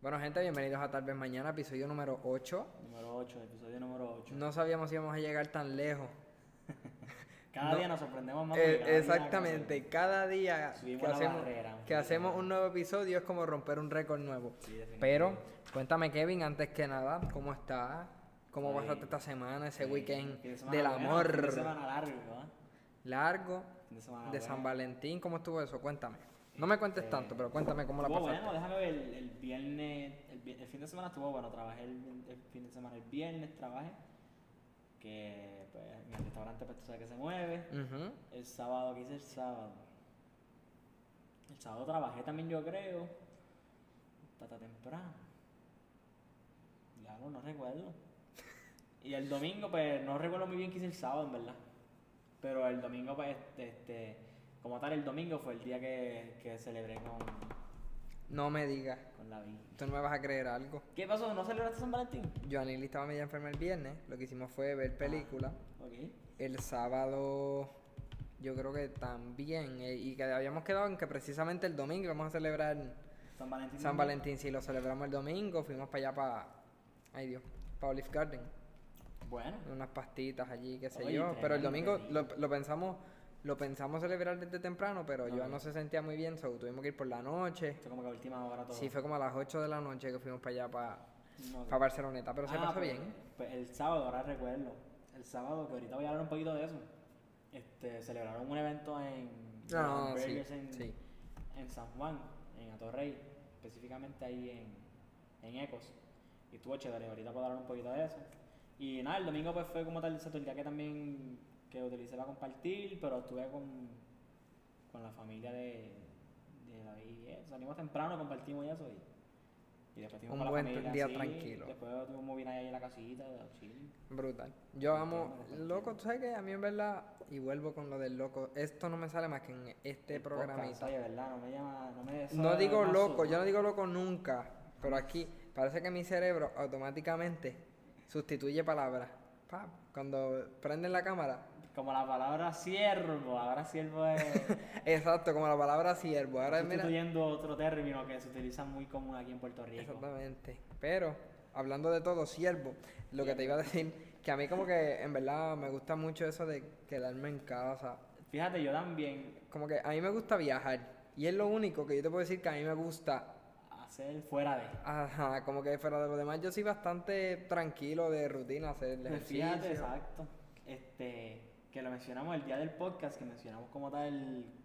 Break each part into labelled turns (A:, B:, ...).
A: Bueno, gente, bienvenidos a Tal vez Mañana, episodio número 8.
B: Número 8, episodio número 8.
A: No sabíamos si íbamos a llegar tan lejos.
B: cada
A: no.
B: día nos sorprendemos más.
A: Eh,
B: porque cada día
A: exactamente, cada día
B: Subimos
A: que
B: la
A: hacemos,
B: barrera.
A: que hacemos un nuevo episodio es como romper un récord nuevo.
B: Sí, definitivamente.
A: Pero cuéntame, Kevin, antes que nada, ¿cómo estás? ¿Cómo
B: Sí.
A: pasaste esta semana, ese
B: Sí,
A: weekend
B: fin de semana
A: del
B: bueno,
A: amor
B: fin de semana largo, ¿ah?
A: largo
B: Fin de semana
A: de
B: bueno. Eh,
A: San Valentín? ¿Cómo estuvo eso? Cuéntame. No me cuentes tanto, pero cuéntame cómo la
B: Estuvo
A: pasaste.
B: bueno, déjame ver, el, el viernes, el, vi- el fin de semana estuvo bueno, trabajé el, el fin de semana, el viernes trabajé, que pues en el restaurante pues tú sabes que se mueve,
A: Ujú.
B: el sábado, ¿qué hice el sábado? El sábado trabajé también yo creo, hasta temprano, ya no, no recuerdo, y el domingo pues no recuerdo muy bien qué hice el sábado en verdad, pero el domingo pues este, este, como tal el domingo fue el día que, que celebré con...
A: No me digas,
B: Con la vida.
A: tú no me vas a creer algo.
B: ¿Qué pasó? ¿No celebraste San Valentín?
A: Yo Anneli estaba media enferma el viernes, lo que hicimos fue
B: Ah.
A: ver película.
B: Ok.
A: El sábado yo creo que también, eh, y que habíamos quedado en que precisamente el domingo íbamos a celebrar
B: San Valentín.
A: San
B: también?
A: Valentín, si lo celebramos el domingo, fuimos para allá para, ay Dios, para Olive Garden,
B: Bueno.
A: unas pastitas allí, qué sé
B: Oye,
A: yo, pero el
B: tremendo,
A: domingo lo, lo pensamos, lo pensamos celebrar desde temprano, pero
B: Ah.
A: yo no se sentía muy bien, so tuvimos que ir por la noche,
B: Esto como que a última hora Ah, todo.
A: sí, fue como a las 8 de la noche que fuimos para allá para,
B: No sé.
A: para Barceloneta, pero se
B: Ah,
A: pasó
B: pues,
A: bien.
B: pues el sábado, ahora recuerdo. El sábado, que ahorita voy a hablar un poquito de eso. Este, celebraron un evento en.
A: No, no,
B: en
A: no, Ah, sí,
B: Burgers en,
A: sí.
B: en San Juan, en Atorrey. Específicamente ahí en, en Ecos. Y estuvo chévere. Ahorita puedo hablar un poquito de eso. Y nada, el domingo pues fue como tal, exacto, el día que también. que utilicé para compartir, pero estuve con. con la familia de. de David. y eso. Salimos temprano, compartimos y eso. Y, y después
A: Un
B: tuvimos con la
A: buen
B: familia,
A: día
B: sí,
A: tranquilo.
B: Después tuvimos bien ahí en la casita, chill.
A: Brutal. Yo amo,
B: Entiendo,
A: loco, tú sabes que a mí en verdad, y vuelvo con lo del loco, esto no me sale más que en este
B: El podcast,
A: programita.
B: oye, ¿verdad? No me llama, no me
A: No digo
B: no
A: loco,
B: suma.
A: yo no digo loco nunca, pero aquí parece que mi cerebro automáticamente sustituye palabras. Pa, cuando prenden la cámara.
B: Como la palabra siervo, ahora siervo es
A: Exacto, como la palabra siervo. Ahora mira,
B: sustituyendo otro término que se utiliza muy común aquí en Puerto Rico.
A: Exactamente. Pero, hablando de todo, siervo, lo que te iba a decir, que a mí como que en verdad me gusta mucho eso de quedarme en casa.
B: Fíjate, yo también
A: como que a mí me gusta viajar y es lo único que yo te puedo decir que a mí me gusta.
B: hacer fuera de.
A: Ajá, como que fuera de lo demás yo soy bastante tranquilo de rutina, hacer el
B: Pues
A: ejercicio.
B: fíjate, exacto. Este, que lo mencionamos el día del podcast, que mencionamos como tal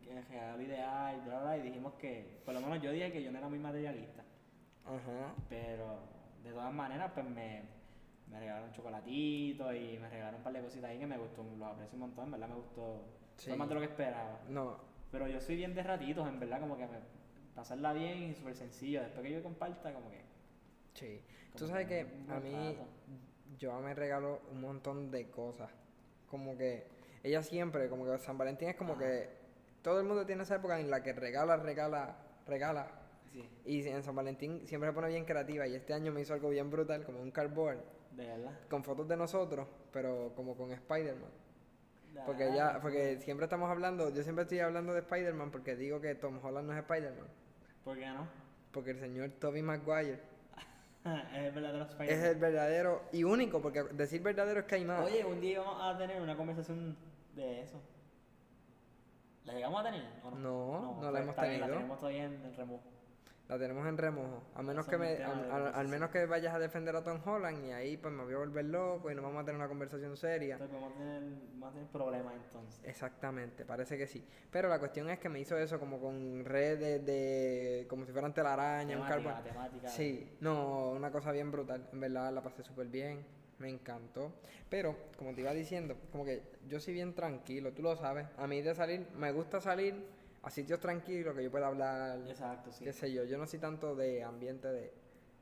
B: el regalo ideal, bla, bla, y dijimos que, por lo menos yo dije que yo no era muy materialista.
A: Ajá.
B: Pero de todas maneras, pues me, me regalaron un chocolatito y me regalaron un par de cositas ahí que me gustó, los aprecio un montón, en verdad me gustó.
A: Sí.
B: Fue más de lo que esperaba.
A: No,
B: Pero yo soy bien de ratitos, en verdad, como que me, pasarla bien y súper sencillo. Después que yo comparta, como que.
A: sí. Tú
B: Como
A: sabes
B: que
A: que
B: un
A: a mí
B: rato.
A: yo me regalo un montón de cosas. Como que ella siempre, como que San Valentín es
B: Ah.
A: como que todo el mundo tiene esa época en la que regala, regala, regala.
B: Sí,
A: Y en San Valentín siempre se pone bien creativa y este año me hizo algo bien brutal, como un cardboard.
B: de verdad.
A: con fotos de nosotros, pero como con Spider-Man. Porque
B: Ah,
A: ya, porque siempre estamos hablando, yo siempre estoy hablando de Spider-Man porque digo que Tom Holland no es Spider-Man.
B: ¿Por qué no?
A: Porque el señor Tobey Maguire
B: es verdad de los
A: es
B: Spider-Man.
A: el verdadero y único, porque decir verdadero es que hay más.
B: Oye, un día vamos a tener una conversación de eso. ¿La llegamos a tener? ¿o
A: No, no la
B: pues,
A: hemos
B: está bien, La
A: tenido.
B: tenemos todavía en el remojo.
A: La tenemos en remojo. A menos
B: Eso
A: que
B: es un
A: me,
B: tema
A: al,
B: de
A: al-
B: conversación.
A: al menos que vayas a defender a Tom Holland y ahí pues me voy a volver loco y no vamos a tener una conversación seria.
B: Entonces vamos a tener, vamos a tener problemas entonces.
A: Exactamente, parece que sí. Pero la cuestión es que me hizo eso como con redes de, como si fueran telaraña, un
B: Temática,
A: carbón.
B: temática.
A: Sí, no, una cosa bien brutal. En verdad la pasé súper bien, me encantó. Pero, como te iba diciendo, como que yo soy bien tranquilo, tú lo sabes. A mí de salir, me gusta salir a sitios tranquilos que yo pueda hablar,
B: Exacto, sí.
A: qué sé yo. Yo no soy tanto de ambiente de,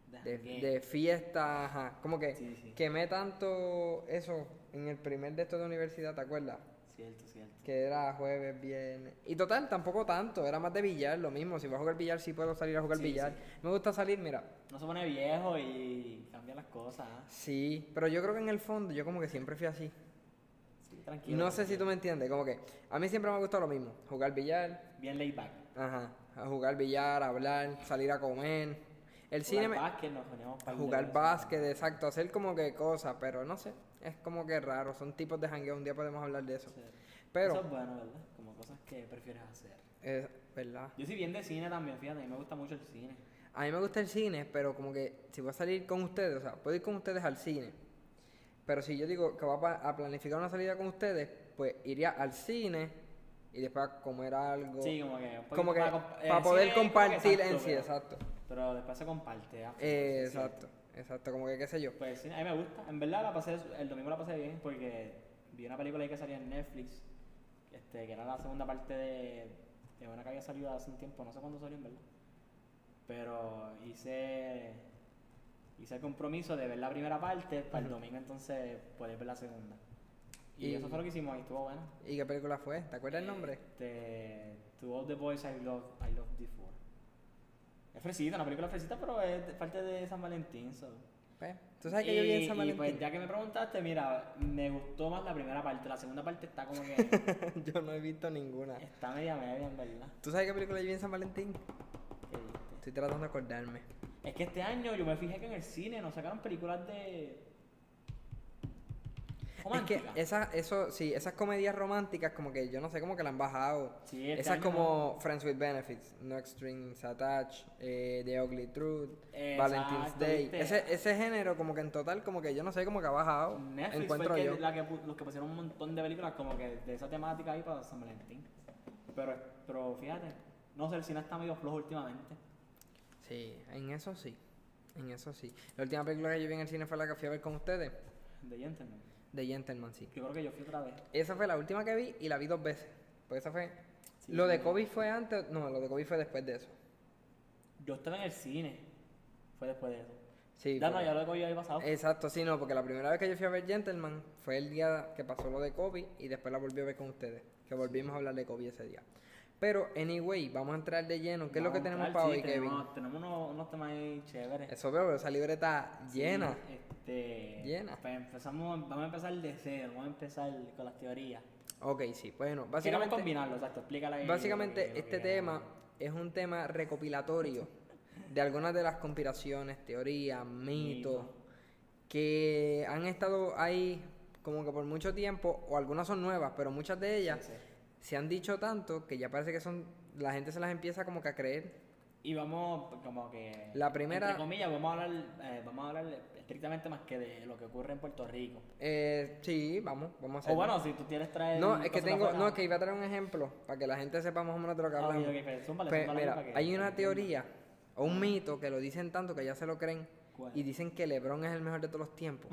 A: de,
B: Dejan
A: de fiesta, ajá. Como que
B: Sí, sí.
A: quemé tanto eso en el primer de esto de universidad, ¿te acuerdas?
B: Cierto, cierto.
A: Que era jueves, viernes. Y total, tampoco tanto. Era más de billar, lo mismo. Si voy a jugar billar, sí puedo salir a jugar
B: Sí,
A: billar. Me gusta salir, mira.
B: No se pone viejo y cambia las cosas. ¿ah?
A: Sí, pero yo creo que en el fondo yo como que siempre fui así.
B: Sí, tranquilo.
A: No sé si tú
B: tranquilo.
A: me entiendes, como que a mí siempre me ha gustado lo mismo, jugar billar,
B: Bien laid back.
A: ajá, a jugar billar, hablar, salir a comer. El cine me-
B: básquet, nos poníamos para
A: jugar básquet, exacto, hacer como que cosas, pero no sé, es como que raro, son tipos de jangueo, un día podemos hablar de eso. Pero,
B: Eso es bueno, ¿verdad? Como cosas que prefieres hacer.
A: es verdad.
B: Yo soy bien de cine también, fíjate, a mí me gusta mucho el cine.
A: A mí me gusta el cine, pero como que si voy a salir con ustedes, o sea, puedo ir con ustedes al cine. Pero si yo digo que voy a, pa- a planificar una salida con ustedes, pues iría al cine y después a comer algo.
B: Sí, como que. un poquito
A: como que para,
B: comp-
A: poder
B: el cine es como que
A: compartir
B: exacto,
A: en sí,
B: pero-
A: exacto.
B: Pero después se comparte. ah,
A: Eh,
B: sí, sí.
A: exacto, exacto, como que qué sé yo.
B: Pues sí, a mí me gusta. En verdad la pasé, el domingo la pasé bien porque vi una película ahí que salía en Netflix, este, que era la segunda parte de, de una que había salido hace un tiempo, no sé cuándo salió en verdad. Pero hice, hice el compromiso de ver la primera parte para el domingo entonces poder ver la segunda. Y,
A: Y-
B: eso fue lo que hicimos y estuvo bueno.
A: ¿Y qué película fue? ¿Te acuerdas el nombre?
B: Este, to All the Boys I Love, I Love Before. Es fresita, una película fresita, pero es de- parte de San Valentín, so.
A: Pues, ¿Tú sabes que yo vi en
B: Y-
A: San
B: y,
A: Valentín?
B: pues ya que me preguntaste, mira, me gustó más la primera parte. La segunda parte está como que.
A: yo no he visto ninguna.
B: está media media, en verdad.
A: ¿Tú sabes qué película yo vi en San Valentín?
B: ¿Qué dijiste?
A: Estoy tratando de acordarme.
B: Es que este año yo me fijé que en el cine nos sacaron películas de.
A: Es que
B: románticas.
A: esas, eso, sí, esas comedias románticas, como que yo no sé, como que la han bajado.
B: Sí, este
A: esas
B: año
A: como Friends with Benefits, No Strings Attached, eh, The Ugly Truth,
B: Exacto,
A: Valentine's Day.
B: ¿viste?
A: Ese, ese género, como que en total, como que yo no sé, como que ha bajado.
B: Netflix
A: encuentro
B: fue el
A: yo.
B: que, la que pu- los que pusieron un montón de películas como que de esa temática ahí para San Valentín. Pero, pero fíjate, no sé, el cine está medio flojo últimamente.
A: Sí, en eso sí. En eso sí. La última película que yo vi en el cine fue la que fui a ver con ustedes,
B: De Gentleman.
A: The Gentleman, sí.
B: Yo creo que yo fui otra vez.
A: Esa fue la última que vi y la vi dos veces. Porque esa fue.
B: Sí,
A: lo de
B: sí.
A: Kobe fue antes, no, lo de Kobe fue después de eso.
B: Yo estaba en el cine. Fue después de eso.
A: Sí. Eh,
B: ya
A: porque-
B: no, ya lo que yo había pasado.
A: Exacto, sí, no, porque la primera vez que yo fui a ver Gentleman fue el día que pasó lo de Kobe y después la volví a ver con ustedes, que volvimos a hablar de Kobe ese día. Pero, anyway, vamos a entrar de lleno. ¿Qué es lo que
B: Vamos a
A: tenemos
B: entrar,
A: para
B: sí,
A: hoy, Kevin?
B: Tenemos, tenemos unos, unos temas ahí chéveres.
A: Eso veo, pero esa libreta llena.
B: Sí, este,
A: Llena.
B: Pues empezamos, vamos a empezar de cero, vamos a empezar con las teorías.
A: Ok, sí, bueno,
B: Queremos
A: básicamente,
B: combinarlo, exacto, explícala ahí. eh,
A: básicamente
B: lo que- lo que
A: este
B: queremos.
A: tema es un tema recopilatorio de algunas de las conspiraciones, teorías, mitos,
B: Mito.
A: que han estado ahí como que por mucho tiempo, o algunas son nuevas, pero muchas de ellas...
B: Sí, sí.
A: se han dicho tanto que ya parece que son la gente se las empieza como que a creer
B: Y vamos como que...
A: La primera-
B: Entre comillas, vamos a hablar, eh, vamos a hablar estrictamente más que de lo que ocurre en Puerto Rico.
A: eh, sí vamos vamos a
B: O
A: hacerlo
B: bueno, si tú quieres traer...
A: no es que
B: cosas de
A: tengo
B: afuera.
A: no es que iba a traer un ejemplo para que la gente sepa más o menos de lo que
B: Ah, ok,
A: hablamos
B: ok, pero zúmbale,
A: Pues,
B: zúmbale ahí
A: mira
B: para que-
A: hay
B: para
A: una
B: que
A: teoría o un mito que lo dicen tanto que ya se lo creen
B: ¿Cuál?
A: y dicen que LeBron es el mejor de todos los tiempos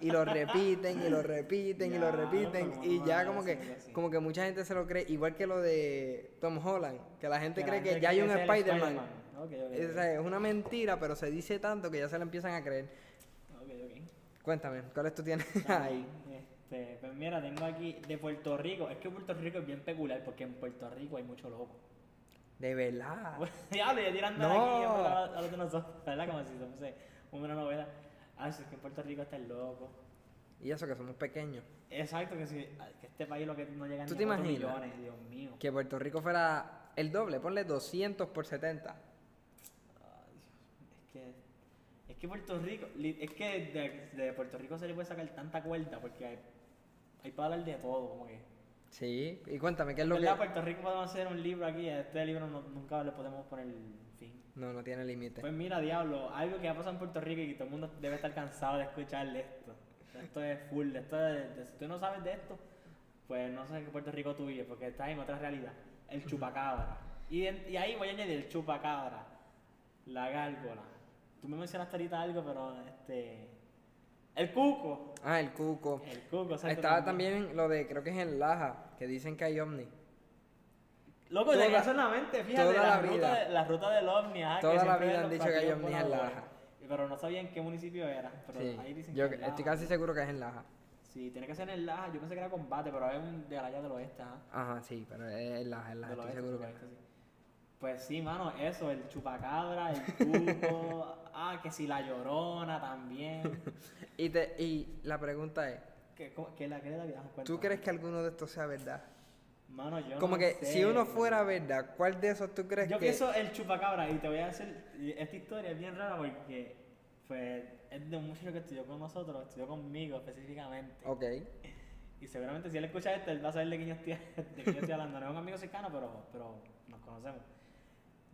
A: y lo repiten y lo repiten y lo
B: Ya,
A: repiten
B: pero
A: y
B: ¿cómo
A: ya
B: van a
A: como que
B: decir algo así?
A: como que mucha gente se lo cree igual que lo de Tom Holland que la gente
B: Que la
A: cree que
B: gente
A: ya hay
B: cree
A: un
B: que es el
A: Spider-Man
B: Spider-Man. Ok, ok,
A: O sea, es una mentira, pero se dice tanto que ya se la empiezan a creer.
B: ok, ok.
A: Cuéntame, ¿cuáles tú tienes ahí?
B: Ahí. Este, pues mira, tengo aquí de Puerto Rico. Es que Puerto Rico es bien peculiar porque en Puerto Rico hay mucho loco.
A: De verdad.
B: Diablo, ya tirando
A: Ah. No.
B: aquí a a los de nosotros, ¿verdad? Como si fuese una novela. Ah, si es que en Puerto Rico está el loco.
A: Y eso que somos pequeños.
B: Exacto, que, si, ah, que este país lo que no llega
A: ¿Tú
B: ni
A: te
B: a cuatro
A: imaginas?
B: millones, Dios mío.
A: Que Puerto Rico fuera el doble, ponle 200 por 70.
B: Ay, es que. Es que Puerto Rico, li- es que de, de Puerto Rico se le puede sacar tanta cuerda porque hay, hay para hablar de todo, como que.
A: Sí, y cuéntame, ¿qué es lo
B: ¿Verdad?
A: que...?
B: Puerto Rico podemos hacer un libro aquí, a este libro no- nunca le podemos poner fin.
A: No, no tiene límite.
B: Pues mira, diablo, algo que ha pasado en Puerto Rico y que todo el mundo debe estar cansado de escucharle esto. Esto es full, esto es, de- si tú no sabes de esto, pues no sé en qué Puerto Rico tú vives, porque estás en otra realidad. El chupacabra. Y, en- y ahí voy a añadir el chupacabra, la gárgola. Tú me mencionaste ahorita algo, pero este... El cuco.
A: Ah, el cuco.
B: El cuco, exacto,
A: Estaba también lo de, creo que es en Laja, que dicen que hay ovni.
B: Loco,
A: Toda-
B: tenías en la mente, fíjate,
A: toda
B: la,
A: la
B: ruta
A: vida.
B: de, la ruta del ovni, ajá, que
A: Toda la
B: siempre
A: vida
B: ven
A: han
B: los
A: dicho que hay
B: platillos
A: ovni en
B: voladores.
A: Laja.
B: Pero no sabía en qué municipio era, pero
A: Sí,
B: ahí dicen
A: yo
B: que en Laja.
A: estoy casi seguro que es en Laja.
B: Sí, tiene que ser en el Laja, yo pensé que era combate, pero es un de allá del oeste, ajá.
A: Ajá, sí, pero es en Laja, en Laja,
B: Del
A: estoy
B: oeste,
A: seguro
B: del
A: que
B: oeste, sí. Pues sí, mano, eso, el chupacabra, el cuco, ah, que si la llorona también.
A: Y, te, y la pregunta es,
B: ¿Qué, cómo- qué la, qué le darías?
A: ¿tú
B: Cuéntame.
A: crees que alguno de estos sea verdad?
B: Mano, yo
A: Como
B: no
A: que
B: sé,
A: si uno
B: güey.
A: fuera verdad, ¿cuál de esos tú crees
B: Yo
A: que
B: pienso el chupacabra y te voy a hacer. y Esta historia es bien rara porque pues, es de un muchacho que estudió con nosotros, estudió conmigo específicamente.
A: Ok.
B: Y seguramente si él escucha esto, él va a saber de quién yo estoy, de quién yo estoy hablando. No es un amigo cercano, pero, pero nos conocemos.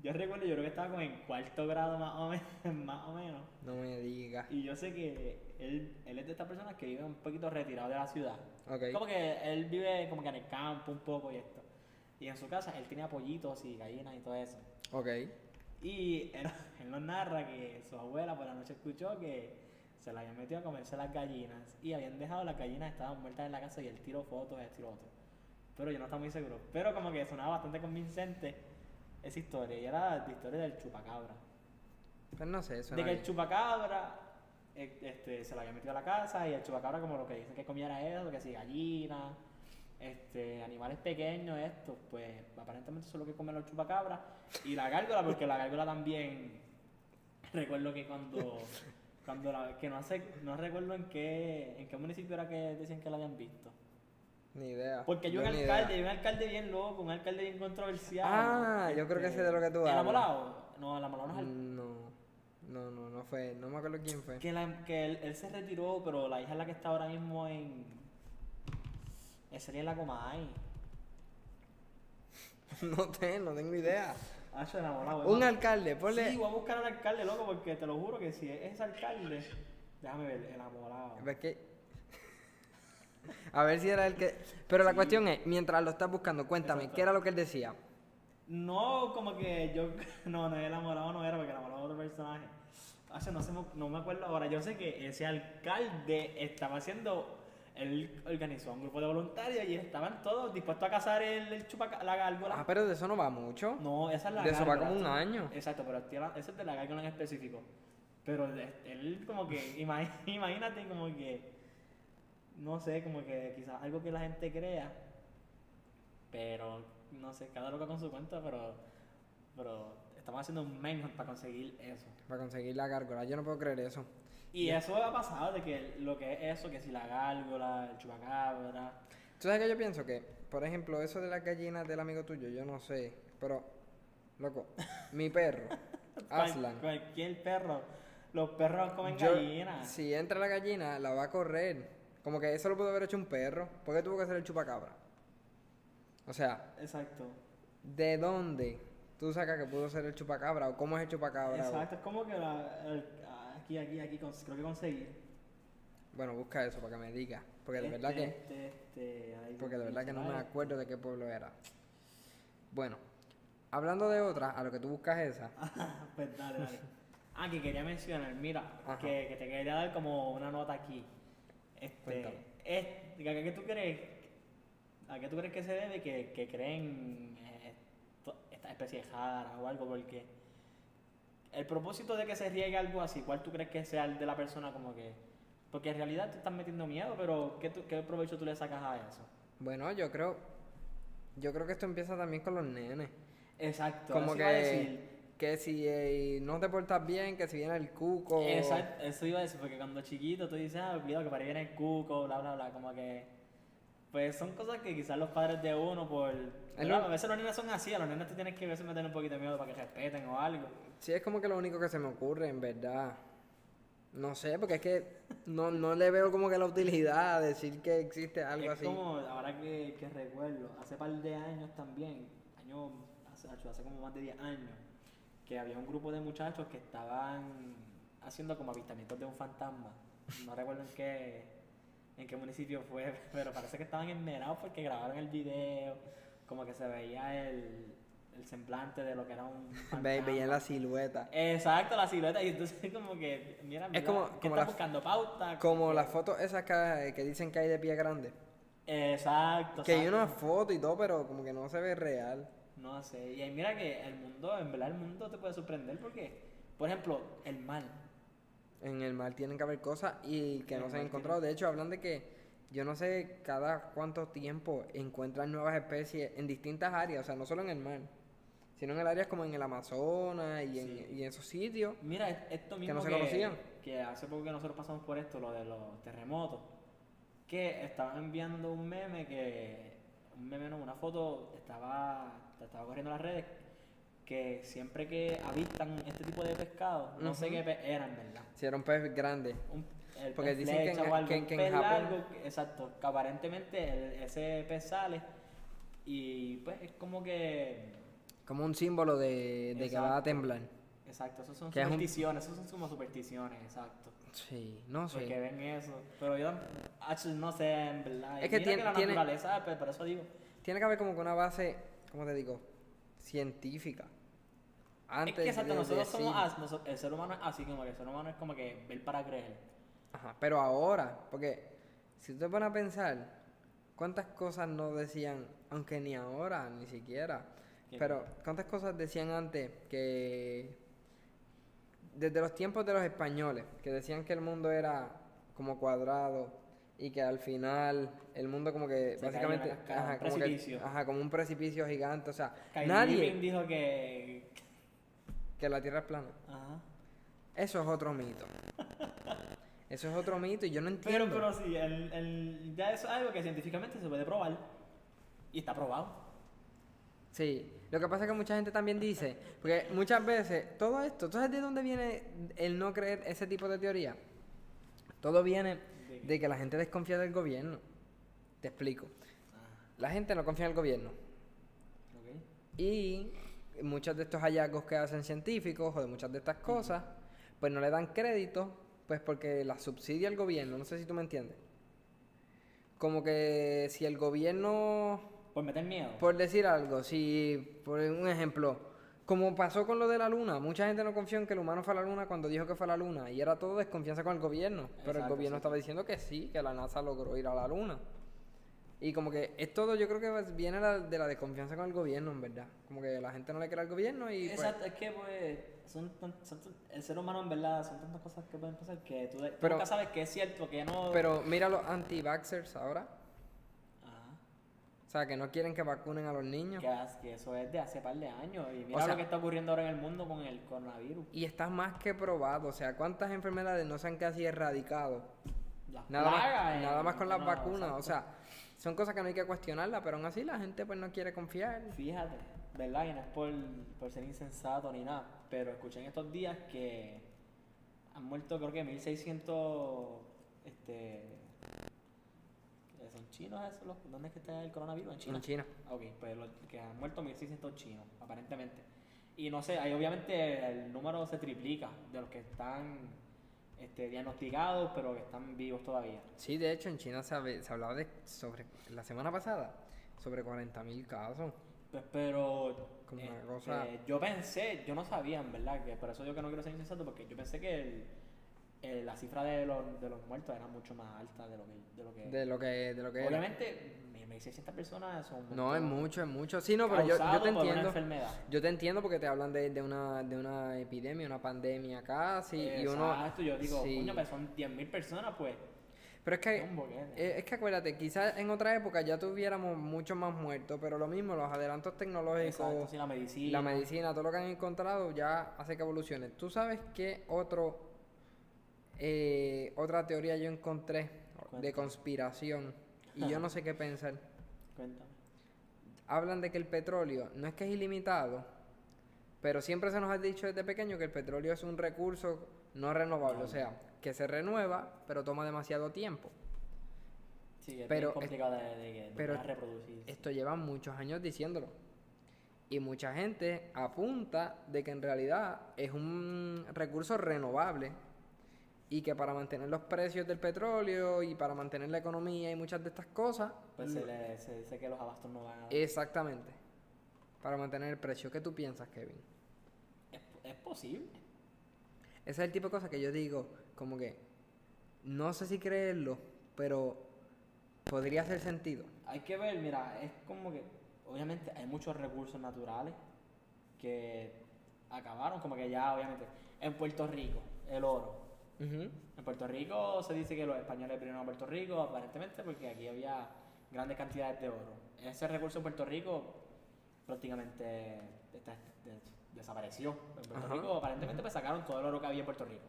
B: Yo recuerdo, yo creo que estaba como en cuarto grado más o menos. Más o menos.
A: No me digas.
B: Y yo sé que él, él es de estas personas que vive un poquito retirado de la ciudad.
A: Ok.
B: Como que él vive como que en el campo un poco y esto. Y en su casa él tenía pollitos y gallinas y todo eso.
A: Ok.
B: Y él, él nos narra que su abuela por la noche escuchó que se la habían metido a comerse las gallinas y habían dejado las gallinas, estaban muertas en la casa y él tiró fotos, él tiró otro. Pero yo no estaba muy seguro. Pero como que sonaba bastante convincente esa historia. Y era la historia del chupacabra.
A: Pues no sé, eso
B: De que el chupacabra eh, este, se lo había metido a la casa y el chupacabra como lo que dicen que comía era eso, que si gallinas, este, animales pequeños, estos, pues aparentemente eso es lo que comen los chupacabras. Y la gárgola, porque la gárgola también, recuerdo que cuando, cuando la, que no sé, no recuerdo en qué, en qué municipio era que decían que la habían visto.
A: Ni idea.
B: Porque hay un
A: Ah, ni
B: alcalde, hay
A: idea.
B: un alcalde bien loco, un alcalde bien controversial. Este,
A: Ah, yo creo que sé de lo que tú
B: ¿El
A: hablas. Mm,
B: amolado? No, el amolado no es el
A: No. No, no, no fue. No me acuerdo quién fue.
B: Que, la- que él, él se retiró, pero la hija es la que está ahora mismo en. eh, Sería en la Comay.
A: No sé, no tengo idea.
B: Ah, yo enamorado.
A: Un alcalde,
B: Sí,
A: ponle.
B: voy a buscar al alcalde, loco, porque te lo juro que si es ese alcalde. Déjame ver, enamorado.
A: Es que- A ver si era el que. Pero la
B: Sí.
A: cuestión es, mientras lo estás buscando, cuéntame,
B: Exacto.
A: ¿qué era lo que él decía?
B: No, como que yo. No, no, enamorado no era, porque enamorado era otro personaje. Ah, yo no, sé, no me acuerdo ahora. Yo sé que ese alcalde estaba haciendo. Él organizó un grupo de voluntarios y estaban todos dispuestos a cazar el, el chupaca- la gárgola.
A: Ah, pero de eso no va mucho.
B: No, esa es la
A: De eso va
B: gárgola,
A: como un
B: sí.
A: año.
B: Exacto, pero estoy hablando- esa es de la gárgola en específico. Pero de- él como que, ima- imagínate como que, no sé, como que quizás algo que la gente crea, pero no sé, cada loco con su cuenta, pero, pero estamos haciendo un manhunt para conseguir eso.
A: Para conseguir la gárgola, yo no puedo creer eso.
B: Y eso ha pasado, de que lo que es eso, que si la gárgola, el chupacabra,
A: ¿Tú sabes que yo pienso? Que, por ejemplo, eso de las gallinas del amigo tuyo, yo no sé. Pero, loco, mi perro,
B: cual-
A: Aslan.
B: cualquier perro, los perros comen
A: yo-
B: gallinas.
A: Si entra la gallina, la va a correr. Como que eso lo pudo haber hecho un perro. ¿Por qué tuvo que hacer el chupacabra? O sea,
B: Exacto.
A: ¿de dónde tú sacas que pudo ser el chupacabra? ¿O cómo es el chupacabra? o-
B: Exacto, es como que la- el- aquí, aquí, aquí, cons- creo que conseguí.
A: Bueno, busca eso para que me diga. Porque de verdad
B: Este,
A: que.
B: este, este, ahí
A: Porque de
B: con
A: verdad que no me
B: Israel.
A: acuerdo de qué pueblo era. Bueno, hablando de otra, a lo que tú buscas esa.
B: Ah, pues dale, dale. Ah, que quería mencionar, mira,
A: Ajá.
B: que, que te quería dar como una nota aquí. Este,
A: Cuéntame.
B: es- ¿a qué tú crees? ¿A qué tú crees que se debe que, que creen eh, to- esta especie de jara o algo? Porque el propósito de que se riegue algo así, ¿cuál tú crees que sea el de la persona como que? Porque en realidad te estás metiendo miedo, pero ¿qué, tú- qué provecho tú le sacas a eso?
A: Bueno, yo creo. Yo creo que esto empieza también con los nenes.
B: Exacto.
A: Como
B: eso iba a
A: que.
B: decir.
A: Que si eh, no te portas bien, que si viene el cuco.
B: Exacto, eso iba a decir, porque cuando chiquito tú dices, ah, cuidado que para ahí viene el cuco, bla, bla, bla, como que... Pues son cosas que quizás los padres de uno por... ¿verdad?
A: lo-
B: A veces los nenes son así, a los nenes te tienes que a veces meter un poquito de miedo para que respeten o algo.
A: Sí, es como que lo único que se me ocurre, en verdad. No sé, porque es que no, no le veo como que la utilidad a decir que existe algo
B: es
A: así.
B: como, ahora que, que recuerdo, hace par de años también, año, hace, hace como más de 10 años, que había un grupo de muchachos que estaban haciendo como avistamientos de un fantasma. No recuerdo en qué, en qué municipio fue, pero parece que estaban enmerados porque grabaron el video, como que se veía el, el semblante de lo que era un fantasma.
A: Ve, veía la silueta.
B: Exacto, la silueta, y entonces como que, mira, mira,
A: como-
B: ¿qué
A: como
B: estás
A: la-
B: buscando? ¿Pauta?
A: Como
B: que-
A: las fotos esas que, que dicen que hay de pie grande.
B: Exacto,
A: Que hay
B: exacto.
A: una foto y todo, pero como que no se ve real.
B: No sé, y ahí mira que el mundo, en verdad el mundo te puede sorprender porque, por ejemplo, el mal.
A: En el mar tienen que haber cosas y que
B: En
A: no
B: el
A: se han
B: mar
A: encontrado. De hecho, hablan de que yo no sé cada cuánto tiempo encuentran nuevas especies en distintas áreas, o sea, no solo en el mar, sino en el áreas como en el Amazonas y,
B: Sí.
A: en, y en esos sitios.
B: Mira, es- esto
A: Que
B: mismo
A: no se conocían.
B: que hace poco que nosotros pasamos por esto, lo de los terremotos, que estaban enviando un meme que, un meme, no, una foto, estaba, estaba corriendo las redes, que siempre que avistan este tipo de pescado, no sé
A: Ujú.
B: qué pez eran, ¿verdad?
A: Si era un pez grande.
B: Un- el
A: Porque
B: pez
A: dicen que en
B: flecha o
A: Ja-
B: algo,
A: que-
B: un
A: que en
B: pez
A: Japón-
B: largo, que- exacto, que aparentemente el- ese pez sale y pues es como que,
A: Como un símbolo de, de que va a
B: Exacto.
A: temblar.
B: exacto, eso son
A: Que es un-
B: supersticiones, eso son como supersticiones, exacto.
A: Sí, no sé.
B: Porque ven eso. Pero yo tam- actually, no sé, en verdad.
A: Es
B: Es
A: que
B: que,
A: tiene-
B: que la
A: tiene-
B: naturaleza, pues, por eso digo.
A: Tiene que haber como que una base, ¿cómo te digo? Científica. Antes
B: es que exacto,
A: de- de
B: nosotros somos
A: decir-
B: así, noso- el ser humano es así, como que el ser humano es como que ver para creer.
A: Ajá, pero ahora, porque si tú te pones a pensar, ¿cuántas cosas no decían, aunque ni ahora, ni siquiera?
B: ¿Qué?
A: Pero, ¿cuántas cosas decían antes que desde los tiempos de los españoles, que decían que el mundo era como cuadrado y que al final el mundo como que
B: Se
A: básicamente
B: caía una cascada, un
A: como que-
B: precipicio.
A: ajá, como un precipicio gigante, o sea,
B: Kylie Irving
A: nadie
B: dijo que.
A: que la Tierra es plana.
B: Ajá.
A: Eso es otro mito. Eso es otro mito y yo no entiendo.
B: Pero, pero sí, el, el- ya eso es algo que científicamente se puede probar. Y está probado.
A: Sí, lo que pasa es que mucha gente también dice, porque muchas veces todo esto, ¿tú sabes de dónde viene el no creer ese tipo de teoría? Todo viene
B: ¿De qué?
A: de que la gente desconfía del gobierno. Te explico.
B: Ah,
A: La gente no confía en el gobierno.
B: ok.
A: Y muchos de estos hallazgos que hacen científicos o de muchas de estas cosas, pues no le dan crédito, pues porque las subsidia el gobierno. No sé si tú me entiendes. Como que si el gobierno
B: Por meter Pues miedo.
A: por decir algo, si por un ejemplo, como pasó con lo de la luna, mucha gente no confió en que el humano fue a la luna cuando dijo que fue a la luna y era todo desconfianza con el gobierno, pero el
B: Exacto,
A: gobierno
B: exacto.
A: estaba diciendo que sí, que la NASA logró ir a la luna. Y como que es todo, yo creo que viene la- de la desconfianza con el gobierno, en verdad. Como que la gente no le cree al gobierno y pues,
B: Exacto, es que pues son tan- son tan- el ser humano en verdad son tantas cosas que pueden pasar que tú, de- tú
A: Pero-
B: nunca sabes que es cierto, que no...
A: pero mira los anti-vaxxers ahora,
B: Ajá.
A: o sea, que no quieren que vacunen a los niños
B: que, as- que eso es de hace par de años y mira
A: sea-
B: lo que está ocurriendo ahora en el mundo con el coronavirus.
A: y está más que probado, o sea, cuántas enfermedades no se han casi erradicado
B: Las
A: Nada,
B: plagas,
A: más,
B: eh,
A: nada más con las
B: no,
A: vacunas, o
B: exacto.
A: sea, son cosas que no hay que cuestionarlas, pero aún así la gente pues no quiere confiar.
B: Fíjate, ¿verdad? Y no es por, por ser insensato ni nada, pero escuché en estos días que han muerto creo que 1600... Este, ¿Son chinos esos? los- ¿Dónde es que está el coronavirus? En China.
A: En China.
B: Ok, pues los que han muerto 1600 chinos, aparentemente. Y no sé, ahí obviamente el número se triplica de los que están este, diagnosticados, pero que están vivos todavía.
A: Sí, de hecho en China se, habe- se hablaba de sobre la semana pasada sobre 40.000 casos.
B: Pues, pero
A: Como una
B: este,
A: cosa-
B: yo pensé, yo no sabía en verdad, que por eso yo que no quiero ser insensato, porque yo pensé que el- el- la cifra de los, de los muertos era mucho más alta de lo que... De lo que
A: De lo que de lo que era.
B: obviamente, 1600 personas son... un
A: No, es
B: montón,
A: mucho, es mucho. Sí, no, pero yo, yo
B: causado
A: te
B: por una
A: entiendo.
B: enfermedad.
A: Yo te entiendo porque te hablan de, de una de una epidemia, una pandemia casi y uno
B: Exacto, yo digo,
A: sí.
B: coño, pues son 10.000 personas, pues.
A: Pero es que
B: Un boquete.
A: Eh, Es que acuérdate, quizás en otra época ya tuviéramos muchos más muertos, pero lo mismo, los adelantos
B: Exacto,
A: tecnológicos,
B: sí, la medicina.
A: la medicina, todo lo que han encontrado ya hace que evolucione. ¿Tú sabes qué otro, eh, otra teoría yo encontré de
B: Cuéntame.
A: conspiración? Y yo no sé qué pensar.
B: Cuéntame.
A: Hablan de que el petróleo no es que es ilimitado, pero siempre se nos ha dicho desde pequeño que el petróleo es un recurso no renovable, o sea, que se renueva, pero toma demasiado tiempo.
B: Sí,
A: Pero
B: es pero,
A: es-
B: complicado de, de, que
A: pero
B: puedas reproducir.
A: Esto lleva muchos años diciéndolo. Y mucha gente apunta de que en realidad es un recurso renovable y que para mantener los precios del petróleo y para mantener la economía y muchas de estas cosas,
B: pues se, le, se dice que los abastos no van a...
A: Eh,
B: Es,
A: exactamente, para mantener el precio. ¿Qué tú piensas, Kevin?
B: es posible.
A: Ese es el tipo de cosas que yo digo, como que no sé si creerlo, pero podría hacer sentido.
B: Hay que ver, mira, es como que... Obviamente hay muchos recursos naturales que acabaron, como que ya, obviamente. En Puerto Rico, el oro.
A: Ujú.
B: En Puerto Rico se dice que los españoles vinieron a Puerto Rico, aparentemente, porque aquí había grandes cantidades de oro. Ese recurso en Puerto Rico prácticamente está- de- desapareció. En Puerto
A: Ajá.
B: Rico, aparentemente, pues, sacaron todo el oro que había en Puerto Rico.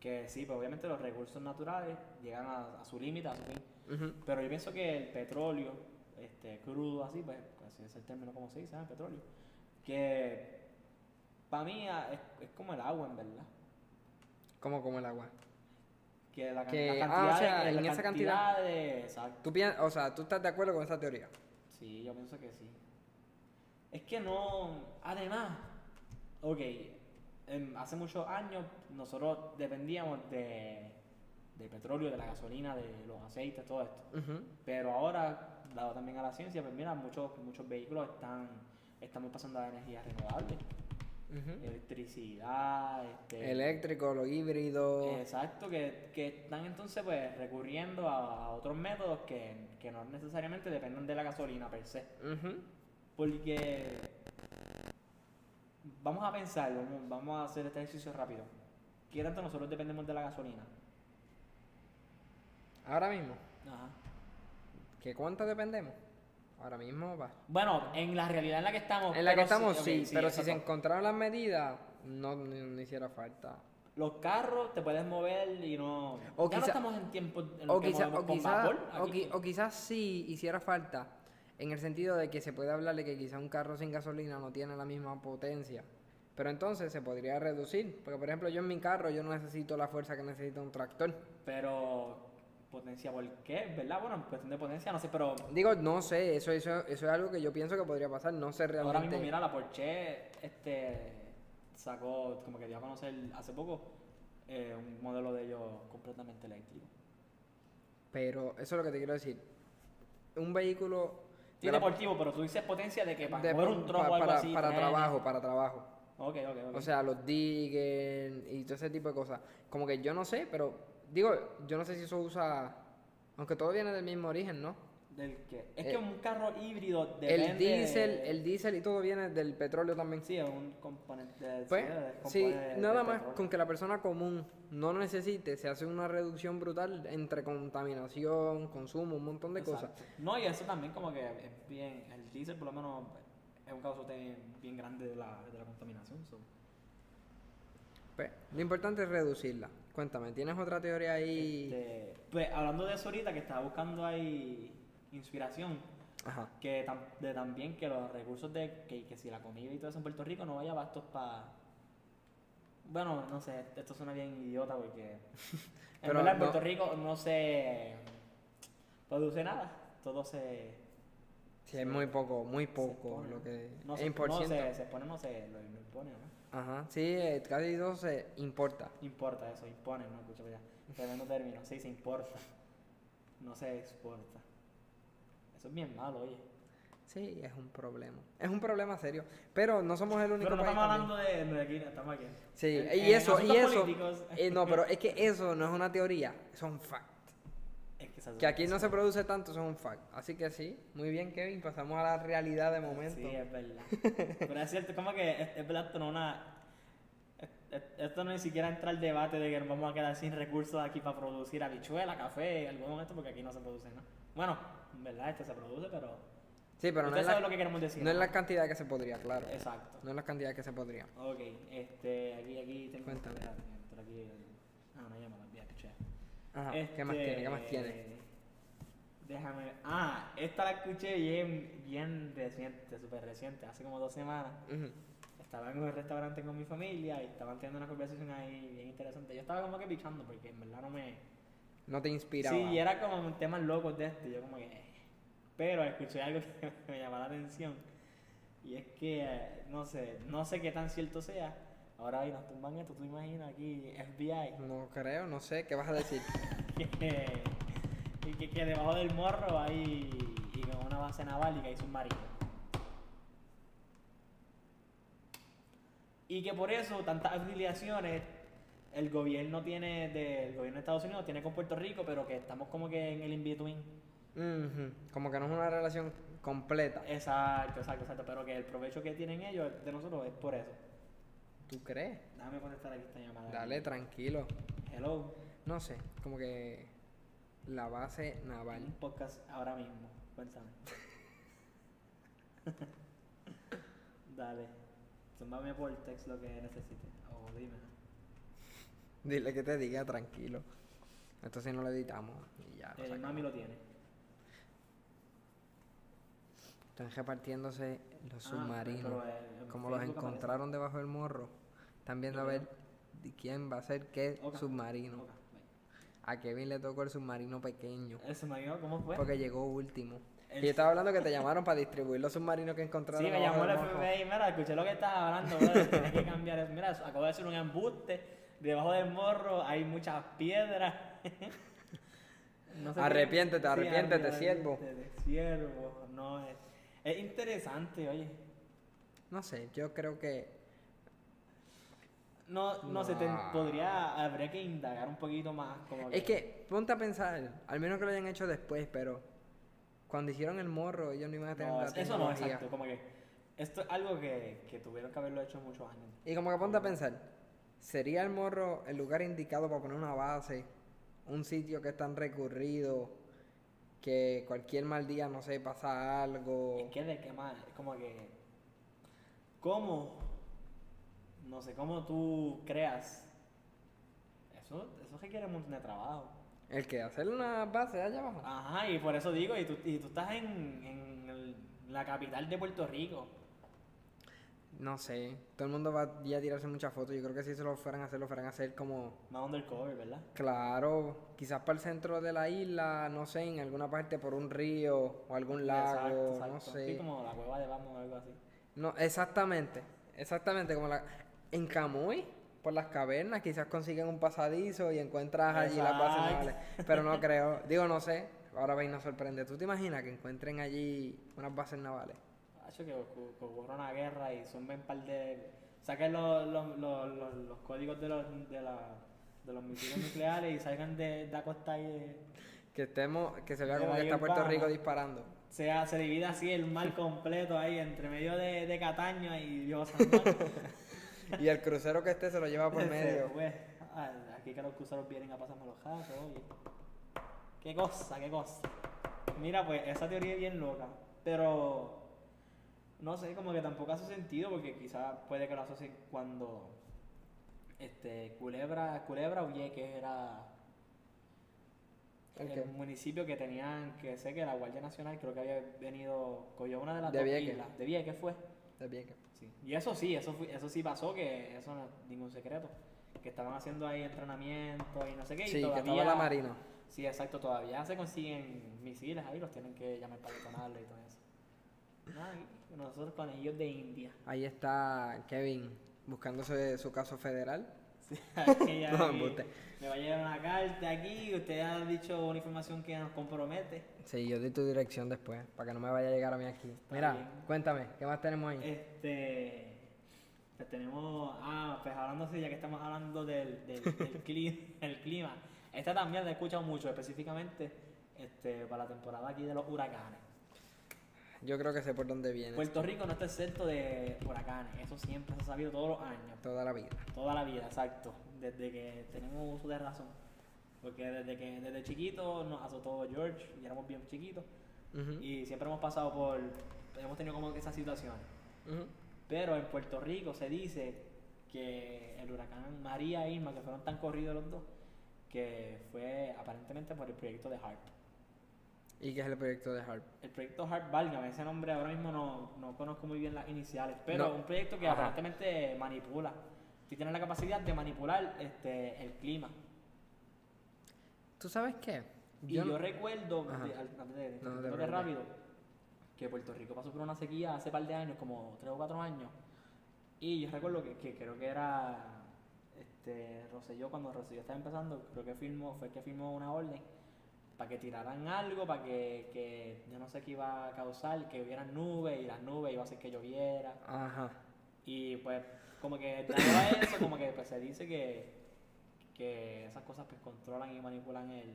B: Que sí, pues obviamente los recursos naturales llegan a, a su límite, a su fin.
A: Ujú.
B: Pero yo pienso que el petróleo, este, crudo así, pues así es el término como se dice, ¿eh? petróleo, que para mí ah, es, es como el agua en verdad.
A: Como como el agua.
B: Que la, can-
A: Que-
B: la
A: ah,
B: cantidad,
A: o sea,
B: de, la
A: en esa cantidad-
B: de- exacto.
A: ¿Tú piensas, o sea, tú estás de acuerdo con esa teoría?
B: Sí, yo pienso que sí. Es que no. Además, ok, em, hace muchos años nosotros dependíamos de, del petróleo, de la gasolina, de los aceites, todo esto.
A: Ujú.
B: Pero ahora, dado también a la ciencia, pues mira, muchos, muchos vehículos están, estamos pasando a energías renovables.
A: Ujú.
B: Electricidad, este,
A: Eh, Eléctrico, lo híbrido.
B: Exacto, que, que están entonces pues recurriendo a, a otros métodos que, que no necesariamente dependen de la gasolina per se.
A: Ujú.
B: Porque vamos a pensar, vamos, vamos a hacer este ejercicio rápido. ¿Qué tanto nosotros dependemos de la gasolina?
A: Ahora mismo,
B: Ajá.
A: ¿qué cuánto dependemos? Ahora mismo va.
B: Bueno, en la realidad en la que estamos.
A: En la que
B: pero
A: estamos, sí,
B: ok,
A: pero si se
B: exacto.
A: encontraron las medidas, no, no- no hiciera falta.
B: Los carros te puedes mover y no.
A: O
B: ya no
A: quizá-
B: estamos en tiempo en los
A: O,
B: que
A: quizá-
B: movemos
A: o
B: con
A: quizá-
B: vapor,
A: o
B: aquí.
A: qui- o quizás sí hiciera falta, en el sentido de que se puede hablar de que quizá un carro sin gasolina no tiene la misma potencia. Pero entonces se podría reducir. Porque, por ejemplo, yo en mi carro yo no necesito la fuerza que necesita un tractor.
B: Pero potencia, ¿por qué? ¿Verdad? Bueno, en cuestión de potencia, no sé, pero
A: Digo, no sé, eso, eso, eso es algo que yo pienso que podría pasar. No sé realmente.
B: ahora mismo mira, la Porsche este, sacó, como que dio a conocer hace poco, eh, un modelo de ellos completamente eléctrico.
A: Pero eso es lo que te quiero decir. Un vehículo
B: Sí,
A: de la-
B: deportivo, pero tú dices potencia de que para
A: de-
B: mover un trozo
A: pa-
B: o algo
A: para,
B: así.
A: para
B: eh,
A: trabajo, para trabajo.
B: Ok, ok, ok.
A: O sea, los diggers y todo ese tipo de cosas. Como que yo no sé, pero digo, yo no sé si eso usa, aunque todo viene del mismo origen, ¿no?
B: Del que, es
A: eh,
B: que un carro híbrido depende...
A: El diésel, el diésel y todo viene del petróleo también.
B: Sí, es un componente... sí,
A: Pues,
B: es
A: sí,
B: componente de
A: nada más
B: petróleo.
A: con que la persona común no necesite, se hace una reducción brutal entre contaminación, consumo, un montón de cosas.
B: Exacto. No, y eso también como que es bien, el diésel por lo menos es un causante bien grande de la, de la contaminación. so.
A: Pues, lo importante es reducirla. Cuéntame, ¿tienes otra teoría ahí?
B: Este, pues hablando de eso ahorita que estaba buscando ahí inspiración,
A: Ajá.
B: que tam- de también que los recursos de que, que si la comida y todo eso en Puerto Rico no vaya bastos para... Bueno, no sé, esto suena bien idiota porque en
A: Pero
B: verdad en
A: no-
B: Puerto Rico no se produce nada, todo se...
A: Sí, es muy poco, muy poco
B: pone.
A: lo que
B: No
A: es
B: se, no
A: importante.
B: se, se pone, no se lo, lo impone, ¿no?
A: Ajá, sí, eh, casi todo se importa.
B: Importa eso, impone, no escucho ya. Tremendo término, sí, se importa. No se exporta. Eso es bien malo, oye.
A: Sí, es un problema. Es un problema serio. Pero no somos el único
B: Pero no
A: país
B: estamos
A: también.
B: hablando de, de aquí, estamos aquí.
A: Sí,
B: En-
A: y
B: en
A: eso, y
B: asuntos
A: eso.
B: políticos.
A: eh, no, pero es que eso no es una teoría, son fact.
B: Es que, se hace-
A: Que aquí no se produce tanto, eso es un fact. Así que sí, muy bien, Kevin. Pasamos a la realidad de momento.
B: Sí, eh. es verdad. Pero es cierto, como que es, es verdad, esto no es una. es- es- Esto no ni siquiera entra al debate de que nos vamos a quedar sin recursos aquí para producir habichuela, café, algún momento, porque aquí no se produce, ¿no? Bueno, en verdad, esto se produce, pero.
A: Sí, pero no
B: Usted
A: es, la,
B: sabe lo que queremos decir.
A: no es
B: ¿no?
A: la cantidad que se podría, claro.
B: Exacto.
A: No es la cantidad que se podría.
B: Ok, este, aquí, aquí tengo.
A: Cuéntame.
B: espérate, entra aquí el- Ah, no, ya me lo olvidé, escuché.
A: Ajá, ¿qué más tiene? ¿Qué más tiene?
B: Este, Déjame ver. Ah, esta la escuché bien, bien reciente, súper reciente, hace como dos semanas.
A: Ujú.
B: Estaba en un restaurante con mi familia y estaban teniendo una conversación ahí bien interesante. Yo estaba como que pichando porque en verdad no me.
A: No te inspiraba.
B: Sí, y era como temas locos de este, yo como que... Pero escuché algo que me llamó la atención. Y es que, eh, no sé, no sé qué tan cierto sea. Ahora ahí nos tumban esto, tú imaginas aquí FBI.
A: No creo, no sé, ¿qué vas a decir?
B: Que, y que, que debajo del morro hay y con una base naval y que hay submarinos. Y que por eso tantas afiliaciones el gobierno tiene del gobierno de Estados Unidos tiene con Puerto Rico, pero que estamos como que en el in-between.
A: Ujú, Como que no es una relación completa.
B: Exacto, exacto, exacto. Pero que el provecho que tienen ellos de nosotros es por eso.
A: ¿Tú crees?
B: Déjame contestar aquí esta llamada.
A: Dale, tranquilo.
B: Hello.
A: No sé, como que la base naval.
B: Un podcast ahora mismo. Cuéntame. Dale. Tómame por text lo que necesites. O dime.
A: Dile que te diga tranquilo. Entonces no lo editamos y ya. lo
B: Eh,
A: sacamos.
B: mami lo tiene.
A: Están repartiéndose los
B: Ah,
A: submarinos.
B: pero el- el
A: Como los
B: Facebook aparece.
A: encontraron debajo del morro, están viendo a
B: Yo
A: ver de quién va a ser qué
B: Ok.
A: submarino.
B: Ok, bye.
A: A Kevin le tocó el submarino pequeño.
B: ¿El submarino cómo fue?
A: Porque llegó último.
B: El-
A: Y yo estaba hablando que te llamaron para distribuir los submarinos que encontraron.
B: Sí, me
A: abajo
B: llamó
A: del
B: el
A: morro.
B: FBI, mira, escuché lo que estás hablando, brother, tienes que cambiar eso. Mira, acabo de hacer un embuste, debajo del morro hay muchas piedras. No sé qué-
A: Arrepiéntete, arrepiéntete, siervo.
B: arrepiéntete, Siervo, no, es, es interesante, oye.
A: No sé, yo creo que.
B: No, no sé, te
A: Nah.
B: podría, habría que indagar un poquito más. Como
A: Es que, ponte a pensar, al menos que lo hayan hecho después, pero. Cuando hicieron el morro, ellos no iban a tener
B: no,
A: la
B: es- eso no,
A: tecnología.
B: exacto, como que esto es algo que, que tuvieron que haberlo hecho muchos años.
A: Y como que ponte a pensar, ¿sería el morro el lugar indicado para poner una base? Un sitio que es tan recurrido, que cualquier mal día, no sé, pasa algo.
B: Es que de qué más, es como que. ¿Cómo? No sé, ¿cómo tú creas? Eso, eso requiere un montón de trabajo.
A: El que hacer una base allá abajo.
B: Ajá, y por eso digo, y tú, y tú estás en, en el- la capital de Puerto Rico.
A: No sé, todo el mundo va ya a tirarse muchas fotos. Yo creo que si se lo fueran a hacer, lo fueran a hacer como,
B: Más undercover, ¿verdad?
A: claro, quizás para el centro de la isla, no sé, en alguna parte por un río o algún lago, no sé.
B: Sí, como la cueva de Vamos o algo así.
A: No, exactamente. Exactamente, como la... En Camuy, por las cavernas, quizás consiguen un pasadizo y encuentras allí las bases
B: Exacto.
A: navales. Pero no creo, digo, no sé. Ahora vais nos sorprende. ¿Tú te imaginas que encuentren allí unas bases navales?
B: Hacho, que, ocu- que ocurra una guerra y zumben un par de. Saquen los, los, los, los, los códigos de los, de, la, de los misiles nucleares y salgan de, de la costa y de-
A: Que estemos, que se vea
B: De
A: como que
B: Bahía
A: está Puerto
B: Urbana.
A: Rico disparando.
B: sea, se divide así el mar completo ahí entre medio de, de Cataño y Dios santo.
A: Y el crucero que esté se lo lleva por
B: Se
A: medio.
B: fue. Ah, aquí que los cruceros vienen a pasarme los jatos, oye. Qué cosa, qué cosa. Mira, pues esa teoría es bien loca, pero no sé, como que tampoco hace sentido porque quizás puede que lo asocien cuando este Culebra, Culebra Vieques era
A: ¿El
B: el
A: qué?
B: municipio que tenían, que sé que la Guardia Nacional creo que había venido, cogió una de las
A: De
B: dos
A: Vieques.
B: islas, de Vieques fue.
A: Está bien que-
B: Sí. Y eso sí, eso, fue- eso sí pasó, que eso no es ningún secreto. Que estaban haciendo ahí entrenamiento y no sé qué. y
A: Sí, que estaba
B: todavía-
A: la marina.
B: Sí, exacto, todavía se consiguen misiles ahí, los tienen que llamar para detonarlo y todo eso. Ay, nosotros con ellos de India.
A: Ahí está Kevin buscándose su caso federal.
B: Sí, que ya
A: No,
B: aquí
A: embuste.
B: me va a llegar una carta aquí, usted ha dicho una información que nos compromete.
A: Sí, yo di tu dirección después, para que no me vaya a llegar a mí aquí. Mira,
B: bien. Eh,
A: cuéntame, ¿qué más tenemos ahí?
B: Este. pues tenemos. Ah, pues hablando así, ya que estamos hablando del, del, del cli- el clima. Esta también la he escuchado mucho, específicamente este, para la temporada aquí de los huracanes.
A: Yo creo que sé por dónde viene
B: Puerto Rico no está exento de huracanes, eso siempre se ha sabido todos los años,
A: toda la vida.
B: toda la vida, exacto, desde que tenemos uso de razón. Porque desde que desde chiquito nos azotó George y éramos bien chiquitos
A: Ujú,
B: y siempre hemos pasado por, hemos tenido como que esas situaciones.
A: ujú.
B: Pero en Puerto Rico se dice que el huracán María e Irma, que fueron tan corridos los dos, que fue aparentemente por el proyecto de HARP.
A: ¿Y qué es el proyecto de Harp?
B: El proyecto HARP, válgame, ese nombre ahora mismo no, no conozco muy bien las iniciales, pero
A: No.
B: un proyecto que
A: Ajá.
B: aparentemente manipula, que tiene la capacidad de manipular este, el clima.
A: ¿Tú sabes qué?
B: Y yo,
A: no-
B: recuerdo,
A: Ajá.
B: de- al- antes de-
A: No, de
B: creo que
A: verdad.
B: rápido, que Puerto Rico pasó por una sequía hace par de años, como 3 o 4 años. Y yo recuerdo que, que creo que era este, Rosselló, cuando Rosselló estaba empezando, creo que firmó, fue el que firmó una orden para que tiraran algo, para que, que yo no sé qué iba a causar, que hubieran nubes y las nubes iba a hacer que lloviera.
A: Ajá.
B: Y pues, como que dado a eso, como que pues, se dice que, que esas cosas pues controlan y manipulan el,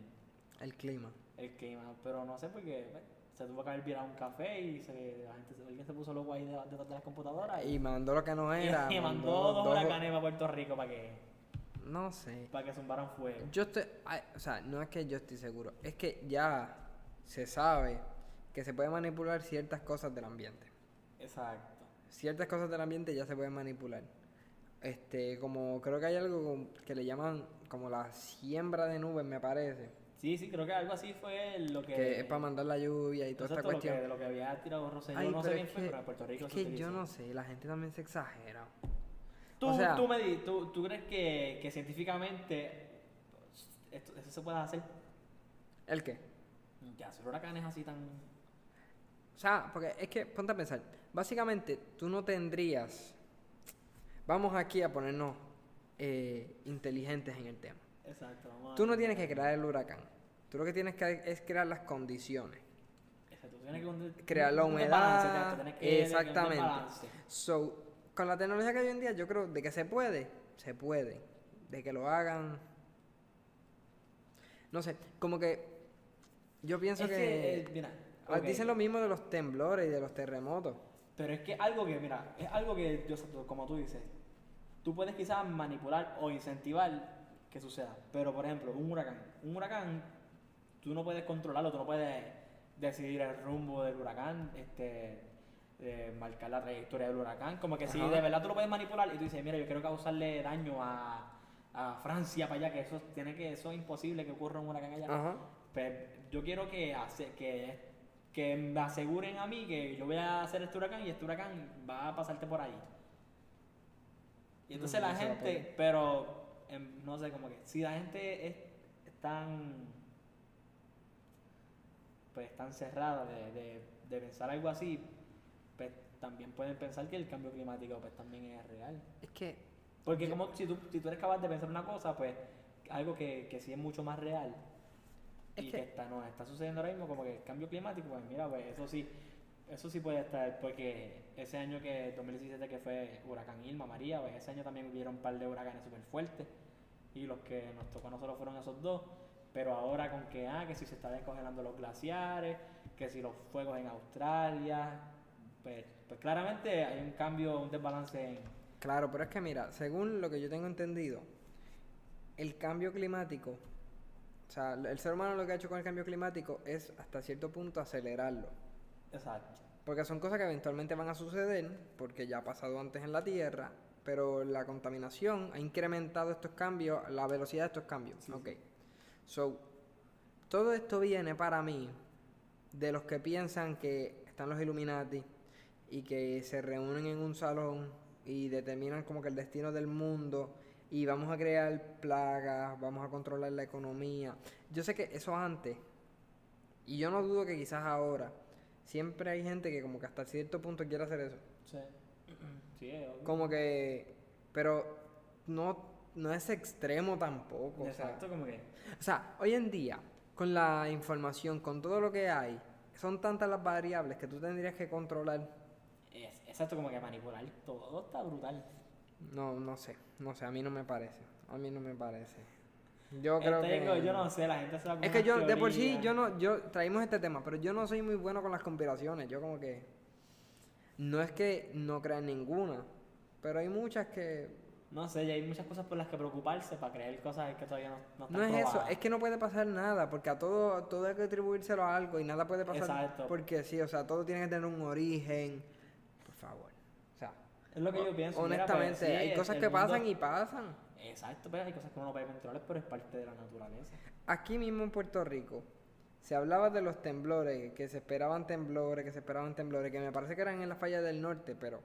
A: El clima.
B: el clima, pero no sé porque bueno, se tuvo que haber virado un café y se, la gente, alguien se puso loco ahí de- detrás de las computadoras y,
A: Y mandó lo que no era.
B: y mandó dos huracanes para Puerto Rico para que,
A: No sé.
B: para que zumbaran fuego.
A: Yo estoy. ay, O sea, no es que yo estoy seguro. Es que ya se sabe que se puede manipular ciertas cosas del ambiente.
B: Exacto.
A: ciertas cosas del ambiente ya se pueden manipular. Este, como creo que hay algo como- que le llaman como la siembra de nubes, me parece.
B: Sí, sí, creo que algo así fue lo que.
A: Que es para mandar la lluvia y toda
B: Exacto,
A: esta
B: lo que-
A: cuestión.
B: de lo que había tirado Rosselló,
A: Ay,
B: no sé
A: pero
B: quién
A: es
B: fue,
A: que-
B: pero en Puerto Rico
A: es
B: se
A: que
B: utilizó.
A: yo no sé, la gente también se exagera.
B: Tú,
A: o sea-
B: tú, me di- tú, tú crees que, que científicamente esto- eso se puede hacer?
A: ¿El qué?
B: Que hacer huracanes así tan.
A: O sea, porque es que, ponte a pensar, básicamente tú no tendrías, vamos aquí a ponernos eh, inteligentes en el tema.
B: Exacto, vamos a-
A: Tú no tienes que crear el huracán, tú lo que tienes que es crear las condiciones.
B: Exacto, tú tienes que un-
A: crear la
B: un desbalance,
A: humedad,
B: exacto, tienes que- tienes que un
A: exactamente.
B: desbalance.
A: So, con la tecnología que hay hoy en día, yo creo de que se puede, se puede. De que lo hagan. No sé, como que yo pienso
B: Es
A: que,
B: que, eh, mira,
A: ah,
B: ok,
A: dicen lo mismo de los temblores y de los terremotos.
B: pero es que algo que, mira, es algo que, yo, exacto, como tú dices, tú puedes quizás manipular o incentivar que suceda, pero por ejemplo, un huracán, un huracán, tú no puedes controlarlo, tú no puedes decidir el rumbo del huracán, este, eh, marcar la trayectoria del huracán, como que si
A: Ajá.
B: de verdad tú lo puedes manipular y tú dices, mira, yo quiero causarle daño a, a Francia para allá, que eso tiene que, eso es imposible que ocurra un huracán allá.
A: Ajá.
B: Pues yo quiero que, hace, que, que me aseguren a mí que yo voy a hacer este huracán y este huracán va a pasarte por ahí. Y entonces
A: No,
B: la
A: no se va a
B: gente,
A: poder.
B: pero em, no sé, como que si la gente es, es tan. Pues tan cerrada de, de- de pensar algo así, pues también pueden pensar que el cambio climático pues también es real.
A: Es que,
B: Porque como si tú, si tú eres capaz de pensar una cosa, pues algo que, que sí es mucho más real
A: Es
B: y
A: que-
B: que está, no, está sucediendo ahora mismo, como que el cambio climático, pues mira, pues eso sí, eso sí puede estar, porque ese año que 2017 que fue huracán Irma, María, pues ese año también hubieron un par de huracanes súper fuertes y los que nos tocó a nosotros fueron esos dos, pero ahora con que, ah, que si se están descongelando los glaciares, que si los fuegos en Australia, pues, pues claramente hay un cambio, un desbalance en...
A: claro, pero es que mira, según lo que yo tengo entendido, el cambio climático, o sea, el ser humano lo que ha hecho con el cambio climático es hasta cierto punto acelerarlo.
B: Exacto.
A: Porque son cosas que eventualmente van a suceder, porque ya ha pasado antes en la Tierra, pero la contaminación ha incrementado estos cambios, la velocidad de estos cambios.
B: Sí,
A: ok. So, todo esto viene para mí de los que piensan que están los Illuminati y que se reúnen en un salón y determinan como que el destino del mundo y vamos a crear plagas, vamos a controlar la economía. Yo sé que eso antes, y yo no dudo que quizás ahora, siempre hay gente que como que hasta cierto punto quiere hacer eso.
B: Sí. Sí, es obvio.
A: Como que, pero no, no es extremo tampoco. o sea.
B: Exacto, como que.
A: O sea, hoy en día, con la información, con todo lo que hay, son tantas las variables que tú tendrías que controlar.
B: es- exacto, como que manipular todo está brutal.
A: No, no sé, no sé, a mí no me parece. A mí no me parece. Yo
B: Este,
A: creo
B: digo,
A: que.
B: Yo no sé, la gente se va con
A: Es que
B: unas
A: yo, de por sí,
B: teorías.
A: yo no, yo traímos este tema, pero yo no soy muy bueno con las conspiraciones. Yo como que. No es que no crea en ninguna, pero hay muchas que.
B: No sé, y hay muchas cosas por las que preocuparse para creer cosas que todavía no, no están
A: No es eso,
B: probadas.
A: es que no puede pasar nada, porque a todo, todo hay que atribuírselo a algo y nada puede pasar.
B: Exacto.
A: Porque sí, o sea, todo tiene que tener un origen. Por favor. O sea,
B: Es lo que yo pienso. mira, pues,
A: honestamente,
B: sí,
A: hay
B: el-
A: cosas
B: el
A: que
B: mundo-
A: pasan y pasan.
B: Exacto, pero hay cosas que uno no puede controlar, pero es parte de la naturaleza.
A: Aquí mismo en Puerto Rico se hablaba de los temblores, que se esperaban temblores, que se esperaban temblores, que me parece que eran en la falla del norte, pero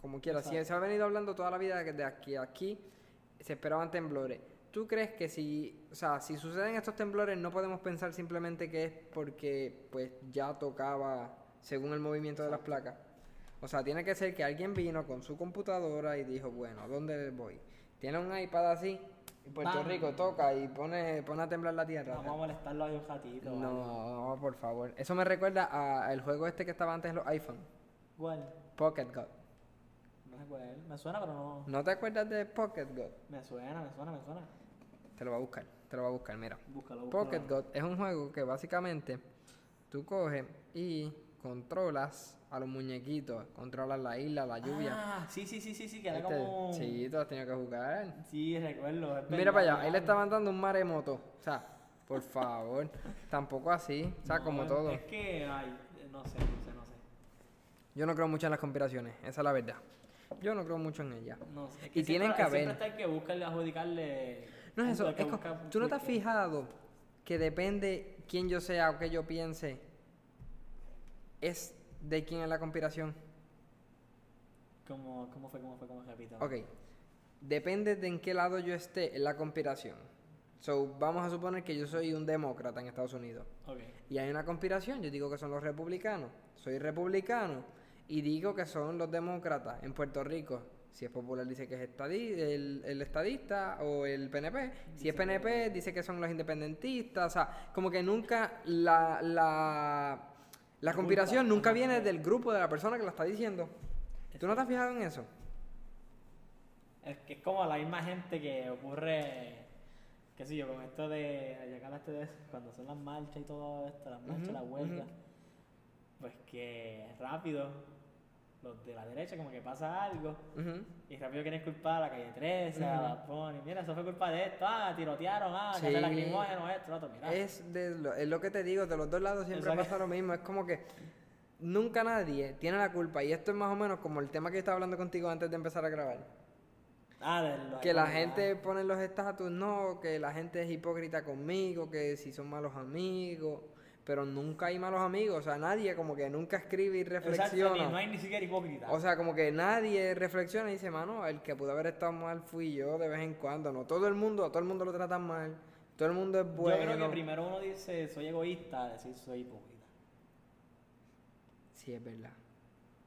A: como quiera, si
B: Exacto.
A: se ha venido hablando toda la vida que de aquí a aquí, se esperaban temblores. ¿Tú crees que si, o sea, si suceden estos temblores no podemos pensar simplemente que es porque pues ya tocaba según el movimiento de las placas? O sea, tiene que ser que alguien vino con su computadora y dijo, bueno, ¿a dónde voy? Tiene un iPad así, y Puerto
B: Bam.
A: Rico toca y pone, pone a temblar la tierra.
B: Vamos a molestarlo a un ratito. ¿vale?
A: No, por favor. Eso me recuerda al juego este que estaba antes en los iPhone,
B: Igual,
A: Pocket God.
B: no sé cuál es. Me suena, pero no.
A: ¿No te acuerdas de Pocket God?
B: Me suena, me suena, me suena.
A: Te lo va a buscar, te lo va a buscar, mira.
B: Búscalo, búscalo.
A: Pocket God es un juego que básicamente tú coges y controlas a los muñequitos, controlas la isla, la lluvia.
B: Ah, sí, sí, sí, sí, sí, que era
A: Este,
B: como.
A: Sí, tú has tenido que jugar.
B: Sí, recuerdo. es
A: Mira para
B: verdad,
A: allá, ahí le estaban dando un maremoto. O sea, por favor, tampoco así, o sea,
B: No,
A: como
B: es-
A: todo.
B: Es que, ay, no sé, no sé, no sé.
A: Yo no creo mucho en las conspiraciones, esa es la verdad. Yo no creo mucho en ella.
B: No sé, es
A: Y tienen
B: siempre-
A: que
B: Siempre
A: haber.
B: está el que busca el adjudicarle.
A: No es eso,
B: el que
A: es co-
B: busca-
A: tú no te has fijado que depende quién yo sea o qué yo piense, es de quién es la conspiración.
B: ¿Cómo, cómo fue? ¿Cómo fue? ¿Cómo repito?
A: Ok, depende de en qué lado yo esté en la conspiración. So, vamos a suponer que yo soy un demócrata en Estados Unidos
B: Ok.
A: y hay una conspiración, yo digo que son los republicanos, soy republicano y digo que son los demócratas en Puerto Rico. Si es popular dice que es estadi- el, el estadista o el PNP, si
B: Dice
A: es
B: que-
A: PNP dice que son los independentistas, o sea, como que nunca la, la, la
B: Culpa,
A: conspiración nunca
B: ajá,
A: viene
B: ajá.
A: del grupo de la persona que la está diciendo. ¿Tú no te has fijado en eso?
B: Es que es como la misma gente que ocurre, qué sé yo, con esto de, ya que hablaste de eso, cuando son las marchas y todo esto, las marchas,
A: Ujú,
B: las huelgas, pues que rápido los de la derecha como que pasa algo
A: Ujú.
B: y rápido quieren culpar a la calle 13, a
A: Ujú.
B: Bad Bunny, mira, eso fue culpa de esto, ah, tirotearon, ah, que
A: Sí. Eh,
B: se lacrimógeno, esto, lo otro, mira.
A: Es, de lo, es lo que te digo, de los dos lados siempre
B: Exacto.
A: pasa lo mismo. Es como que nunca nadie tiene la culpa. Y esto es más o menos como el tema que yo estaba hablando contigo antes de empezar a grabar.
B: Ah, de los
A: Que la
B: iguales,
A: gente pone los estatus, no, que la gente es hipócrita conmigo, que si son malos amigos. Pero nunca hay malos amigos. O sea, nadie como que nunca escribe y
B: ah. Exacto, ni- no
A: reflexiona.
B: hay ni siquiera hipócrita.
A: O sea, como que nadie reflexiona y dice, mano, el que pudo haber estado mal fui yo de vez en cuando. No todo el mundo, a todo el mundo lo tratan mal. Todo el mundo es bueno.
B: Yo creo que primero uno dice, soy egoísta, a decir soy hipócrita.
A: Sí, es verdad.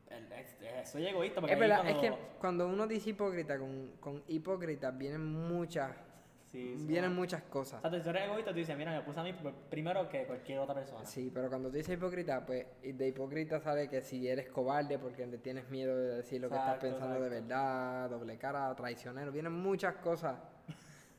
B: El- es- eh, soy egoísta porque
A: Es
B: ahí
A: verdad, es
B: cuando-
A: que cuando uno dice hipócrita con, con hipócrita vienen muchas,
B: Sí, sí,
A: vienen
B: bueno.
A: muchas
B: O
A: cosas.
B: sea, tú eres egoísta, tú dices, mira, me puse a mí pr- primero que cualquier otra persona.
A: Sí, pero cuando tú dices hipócrita, pues y de hipócrita sale que si eres cobarde porque le tienes miedo de decir lo que estás
B: Exacto,
A: pensando de
B: exacto.
A: verdad, doble cara, traicionero, vienen muchas cosas.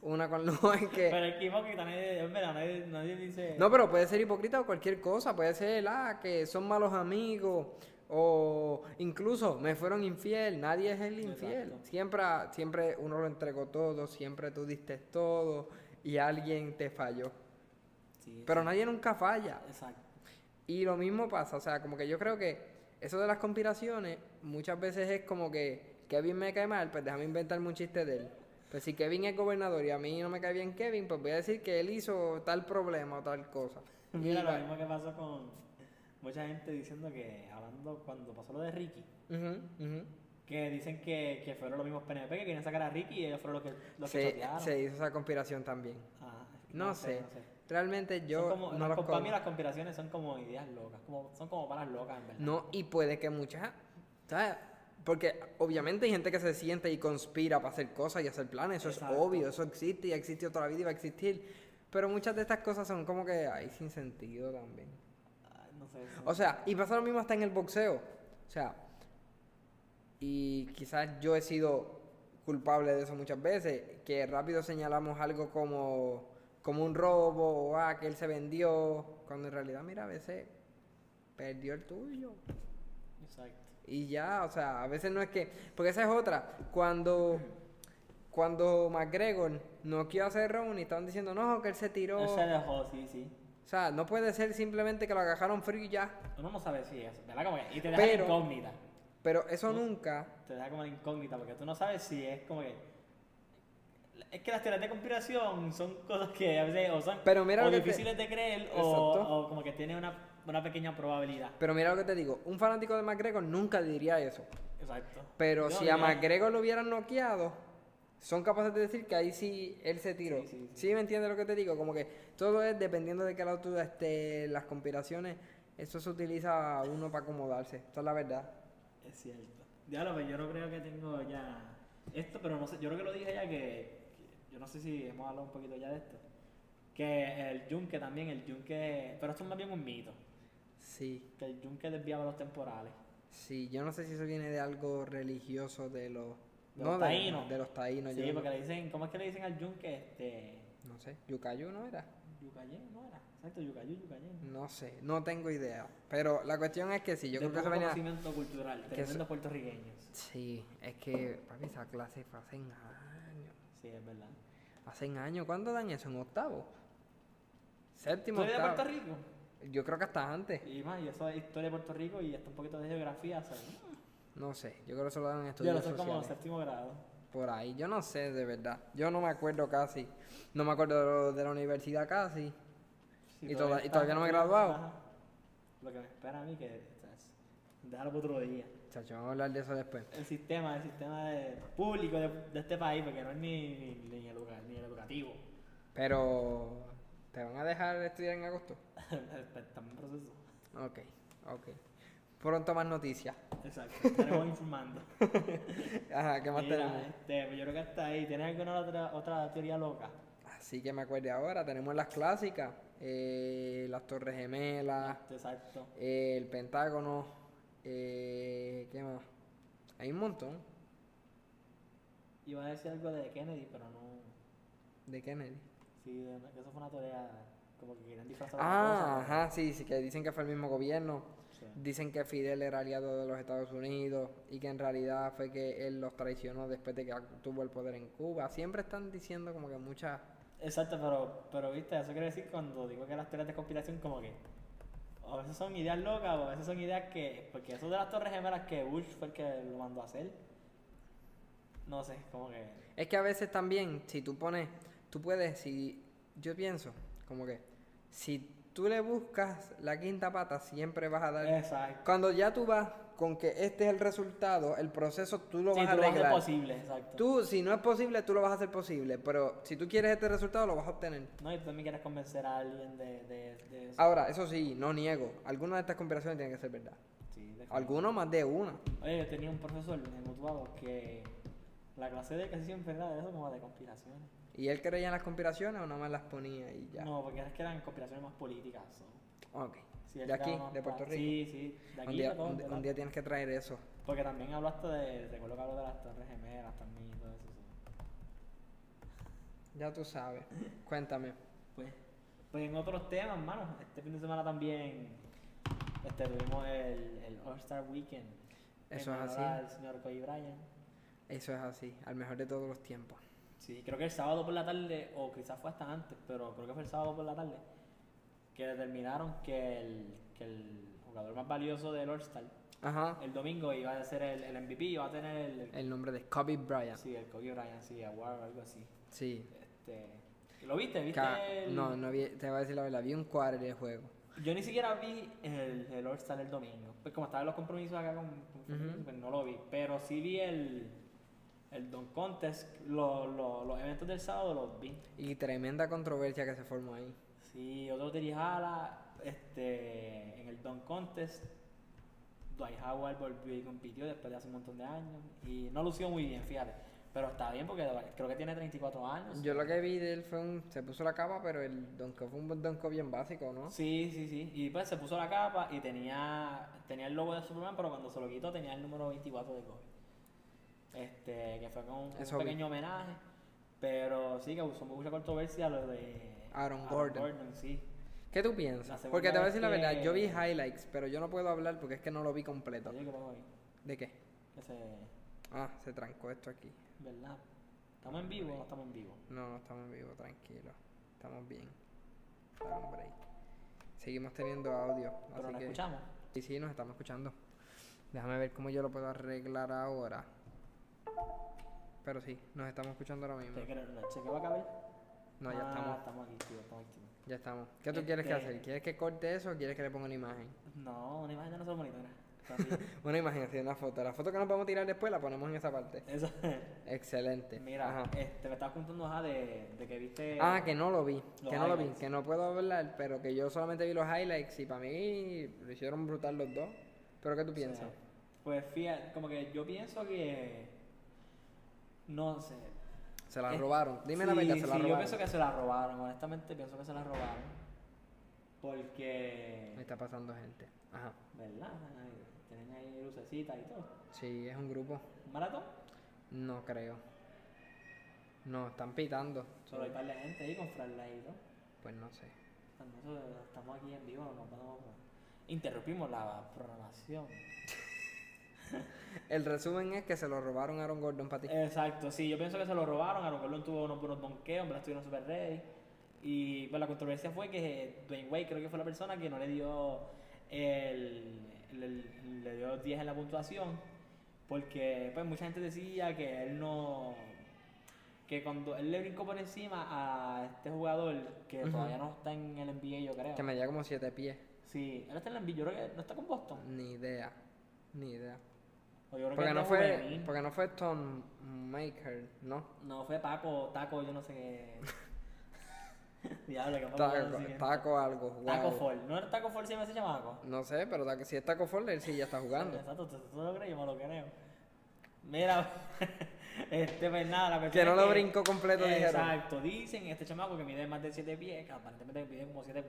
A: Una con lo es que...
B: Pero es que hipócrita, nadie, es verdad, nadie, nadie dice...
A: No, pero puede ser hipócrita o cualquier cosa, puede ser, ah, que son malos amigos o incluso me fueron infiel, nadie es el infiel.
B: Exacto.
A: Siempre, siempre uno lo entregó todo, siempre tú diste todo y alguien te falló.
B: Sí,
A: Pero
B: sí,
A: nadie nunca falla.
B: Exacto.
A: Y lo mismo pasa, o sea, como que yo creo que eso de las conspiraciones muchas veces es como que Kevin me cae mal, pues déjame inventarme un chiste de él. Pues si Kevin es gobernador y a mí no me cae bien Kevin, pues voy a decir que él hizo tal problema o tal cosa. Y
B: Mira lo
A: va-
B: mismo que pasó con mucha gente diciendo que, hablando cuando pasó lo de Ricky,
A: Ujú, ujú.
B: que dicen que, que fueron los mismos PNP que querían sacar a Ricky y ellos fueron los que, los que
A: se,
B: chotearon.
A: se hizo esa conspiración también.
B: Ah,
A: No, sé.
B: no sé.
A: Realmente yo
B: Son como,
A: no
B: las,
A: los
B: compa- a mí
A: conozco.
B: las conspiraciones son como ideas locas, como, son como palas locas en verdad.
A: No, y puede que muchas, ¿sabes? Porque obviamente hay gente que se siente y conspira para hacer cosas y hacer planes, eso es
B: Exacto.
A: obvio, eso existe y ha existido toda la vida y va a existir. Pero muchas de estas cosas son como que hay sin sentido también.
B: Ay, no sé.
A: O sea, y pasa lo mismo hasta en el boxeo. O sea, y quizás yo he sido culpable de eso muchas veces, que rápido señalamos algo como, como un robo o ah, que él se vendió, cuando en realidad, mira, a veces perdió el tuyo.
B: Exacto.
A: Y ya, o sea, a veces no es que. Porque esa es otra. Cuando. Cuando McGregor no quiso hacer round y estaban diciendo, no, que él se tiró.
B: Él se
A: O
B: dejó, sí, sí.
A: sea, no puede ser simplemente que lo agarraron frío y ya.
B: Uno no sabe si es, ¿verdad? Como que, y te deja
A: Pero-
B: la incógnita.
A: Pero eso nunca.
B: Te deja como la incógnita porque tú no sabes si es como que. Es que las teorías de conspiración son cosas que a veces o son
A: Pero mira
B: o
A: lo que te-
B: difíciles de creer o,
A: Exacto.
B: o como que tiene una, una pequeña probabilidad.
A: Pero mira lo que te digo. Un fanático de McGregor nunca diría eso.
B: Exacto.
A: Pero
B: Yo-
A: si a
B: yo-
A: McGregor lo hubieran noqueado, son capaces de decir que ahí sí él se tiró.
B: Sí, sí, sí.
A: me entiendes lo que te digo? Como que todo es dependiendo de qué lado tú estés, las conspiraciones. Eso se utiliza uno para acomodarse. Esta es la verdad.
B: Es cierto. Ya lo que yo no creo que tengo ya esto, pero no sé, yo creo que lo dije ya que, que- yo no sé si hemos hablado un poquito ya de esto. Que el yunque también, el yunque, pero esto es más bien un mito,
A: Sí.
B: que el yunque desviaba los temporales.
A: Sí, yo no sé si eso viene de algo religioso de los,
B: De
A: no,
B: los
A: de-
B: taínos.
A: De, los taínos,
B: sí,
A: yo
B: porque le dicen, ¿cómo es que le dicen al yunque este
A: no sé. Yucayo no era.
B: yucayen? No era. Exacto, yucayu, yucayen.
A: No sé, no tengo idea. Pero la cuestión es que sí, yo
B: De
A: Mm, creo que eso
B: poco
A: venía.
B: conocimiento cultural,
A: que eso-
B: tremendos puertorriqueños.
A: Sí, es que papi, esa clase fue hace años.
B: Sí, es verdad.
A: Hace años, ¿cuándo dan eso? En octavo.
B: ¿Tú
A: Séptimo
B: eres de Puerto
A: octavo.
B: Rico?
A: Yo creo que hasta antes.
B: Y más, y eso es historia de Puerto Rico y hasta un poquito de geografía, ¿sabes?
A: No sé, yo creo que eso lo dan en
B: Yo
A: Mm. estudios
B: lo soy como
A: sociales.
B: séptimo grado.
A: Por ahí, yo no sé de verdad. Yo no me acuerdo casi. No me acuerdo de, lo- de la universidad casi.
B: si
A: Y toda- y
B: está-
A: todavía no me he graduado.
B: Ajá. Lo que me espera a mí que estás- déjalo para otro día.
A: Chacho, vamos a hablar de eso después.
B: El sistema, el sistema de- público de, de este país, porque no es ni, ni, ni el, educa- ni el educativo.
A: Pero, ¿te van a dejar estudiar en agosto?
B: Estamos en proceso.
A: Ok, ok. Pronto más noticias.
B: Exacto, estaremos informando.
A: Ajá, ¿qué más
B: Mira,
A: tenemos?
B: este, pues yo creo que hasta ahí. ¿Tienes alguna otra, otra teoría loca?
A: Así que me acuerdo ahora, tenemos las clásicas, eh, las Torres Gemelas,
B: Exacto.
A: eh, el Pentágono, eh, ¿qué más? Hay un montón
B: Iba a decir algo de Kennedy, pero no.
A: de Kennedy.
B: Sí, de- que eso fue una teoría como que querían disfrazar
A: Ah,
B: otra cosa,
A: ajá, sí, sí, que dicen que fue el mismo gobierno,
B: pero- Sí.
A: dicen que Fidel era aliado de los Estados Unidos y que en realidad fue que él los traicionó después de que tuvo el poder en Cuba. Siempre están diciendo como que muchas...
B: Exacto, pero, pero viste, eso quiere decir cuando digo que las teorías de conspiración como que a veces son ideas locas o a veces son ideas que, porque eso de las torres gemelas que Bush fue el que lo mandó a hacer, no sé, como que,
A: Es que a veces también, si tú pones, tú puedes, si yo pienso, como que, si tú le buscas la quinta pata, siempre vas a dar...
B: exacto,
A: Cuando ya tú vas con que este es el resultado, el proceso, tú lo
B: sí,
A: vas a
B: tú lo vas a hacer
A: arreglar.
B: posible, exacto,
A: tú, si no es posible, tú lo vas a hacer posible, pero si tú quieres este resultado, lo vas a obtener.
B: no, y tú también quieres convencer a alguien de, de, de eso,
A: Ahora, eso sí, no niego, algunas de estas conspiraciones tienen que ser verdad.
B: Sí, de-
A: Algunos más de una.
B: Oye, yo tenía un profesor en Mutuado que la clase de casi siempre era de eso como de conspiraciones,
A: ¿Y él creía en las conspiraciones o nada más las ponía y ya?
B: no, porque es que eran conspiraciones más políticas, ¿no?
A: Ok.
B: Sí,
A: ¿De
B: él
A: aquí?
B: estaba más
A: ¿De
B: pa-
A: Puerto Rico?
B: Sí, sí, de aquí.
A: un, día,
B: de todo,
A: un-
B: de
A: un
B: todo.
A: día tienes que traer eso.
B: Porque también hablaste de, recuerdo que habló de las torres gemelas también y todo eso. sí.
A: Ya tú sabes. Cuéntame.
B: Pues, pues en otros temas, hermano, este fin de semana también este, tuvimos el, el All Star Weekend. en
A: Eso es
B: honor
A: así.
B: al señor Kobe Bryant.
A: Eso es así, al mejor de todos los tiempos.
B: Sí, creo que el sábado por la tarde, o quizás fue hasta antes, pero creo que fue el sábado por la tarde, que determinaron que el, que el jugador más valioso del All Star,
A: Ajá.
B: el domingo iba a ser el, el MVP, iba a tener el, el-
A: El nombre de Kobe Bryant.
B: sí, el Kobe Bryant, sí, Award o algo así.
A: Sí.
B: Este, ¿Lo viste? ¿Viste?
A: Ca-
B: el-
A: No, no vi, te voy a decir la verdad, vi un cuadro del juego.
B: Yo ni siquiera vi el, el All Star el domingo. Pues como estaba en los compromisos acá con, con familia,
A: Ujú.
B: pues no lo vi. Pero sí vi el, el Don Contest, lo- lo- los eventos del sábado los vi.
A: Y tremenda controversia que se formó ahí.
B: Sí, otro Tirijala, este, en el Don Contest, Dwight Howard volvió y compitió después de hace un montón de años. Y no lució muy bien, fíjate. Pero está bien porque creo que tiene 34 años.
A: Yo lo que vi de él fue un. Se puso la capa, pero el donko fue un donko bien básico, ¿no?
B: Sí, sí, sí. Y pues se puso la capa y tenía, tenía el logo de Superman, pero cuando se lo quitó tenía el número 24 de Kobe. Este, que fue con un,
A: Eso vi.
B: pequeño homenaje. Pero sí, que usó mucha controversia lo de
A: Aaron Gordon.
B: sí.
A: ¿Qué tú
B: La
A: piensas?
B: segunda
A: Porque te voy a
B: vez
A: decir la verdad, yo vi
B: que-
A: highlights, pero yo no puedo hablar porque es que no lo vi
B: Yo
A: completo.
B: creo que hoy,
A: ¿De qué?
B: ese,
A: Ah, se trancó esto aquí.
B: ¿verdad? ¿Estamos en vivo o no estamos en vivo?
A: No, no estamos en vivo, tranquilo. Estamos bien. Dar un break. Seguimos teniendo audio.
B: Pero
A: Así
B: nos
A: que.
B: escuchamos.
A: Sí, sí, nos estamos escuchando. Déjame ver cómo yo lo puedo arreglar ahora. Pero sí, nos estamos escuchando ahora mismo.
B: ¿Qué crees? ¿La cheque va a caber?
A: Mm. No, ya
B: Ah,
A: estamos,
B: Estamos aquí, tío, estamos aquí.
A: ya estamos. ¿Qué tú quieres que
B: Este-
A: hacer? ¿Quieres que corte eso o quieres que le ponga una imagen?
B: No, una imagen de nosotros monitores. También.
A: Una imagen así, una foto. La foto que nos vamos a tirar después la ponemos en esa parte.
B: Eso.
A: Excelente.
B: Mira,
A: Ajá.
B: este, me estabas contando ajá, de, de que viste.
A: Ah, que no lo vi,
B: los
A: que no lo vi,
B: highlights.
A: que no puedo hablar, pero que yo solamente vi los highlights y para mí lo hicieron brutal los dos. Pero ¿qué tú
B: o sea,
A: piensas?
B: Pues fíjate, como que yo pienso que. No sé.
A: Se la
B: es-
A: robaron. Dime la
B: Sí,
A: verdad, se la
B: sí, Yo
A: robaron.
B: pienso que se la robaron, honestamente pienso que se la robaron. Porque.
A: Me está pasando gente. Ajá.
B: ¿Verdad? Ay, Tienen ahí lucecitas y todo.
A: Sí, es un grupo.
B: ¿Un maratón?
A: No creo. No, están pitando.
B: Solo hay par de gente ahí con Franley y todo.
A: Pues no sé.
B: Pues nosotros estamos aquí en vivo, no podemos. Interrumpimos la programación.
A: El resumen es que se lo robaron a Aaron Gordon
B: Eh,
A: para ti.
B: Exacto, sí, yo pienso que se lo robaron, Aaron Gordon tuvo unos buenos donkeos, me la estuvieron super ready. Y pues la controversia fue que Dwayne Wade creo que fue la persona que no le dio el, le- le dio 10 en la puntuación, porque pues mucha gente decía que él no que cuando él le brincó por encima a este jugador que
A: Ujú.
B: todavía no está en el NBA, yo creo.
A: Que medía como 7 pies.
B: Sí, él está en el NBA, yo creo que no está con Boston.
A: Ni idea. Ni idea.
B: O yo creo que
A: Porque
B: es
A: no
B: de
A: fue.
B: juvenil.
A: Porque no fue Stone Maker, ¿no?
B: No, fue Paco, Taco, yo no sé qué. Diablo, qué papá
A: Taco,
B: no sé qué.
A: taco algo,
B: Taco
A: wow.
B: Ford. ¿No era Taco Ford si me se llama Taco?
A: No sé, pero taco- si es Taco Fall, él sí ya está jugando.
B: Exacto, tú, tú lo crees, yo me lo creo. Mira, este, pues nada, la cuestión
A: Que no
B: es
A: lo brincó completo, dijeron.
B: Exacto, dicen este chamaco que mide más de 7 pies, que aparentemente mide como 7'4,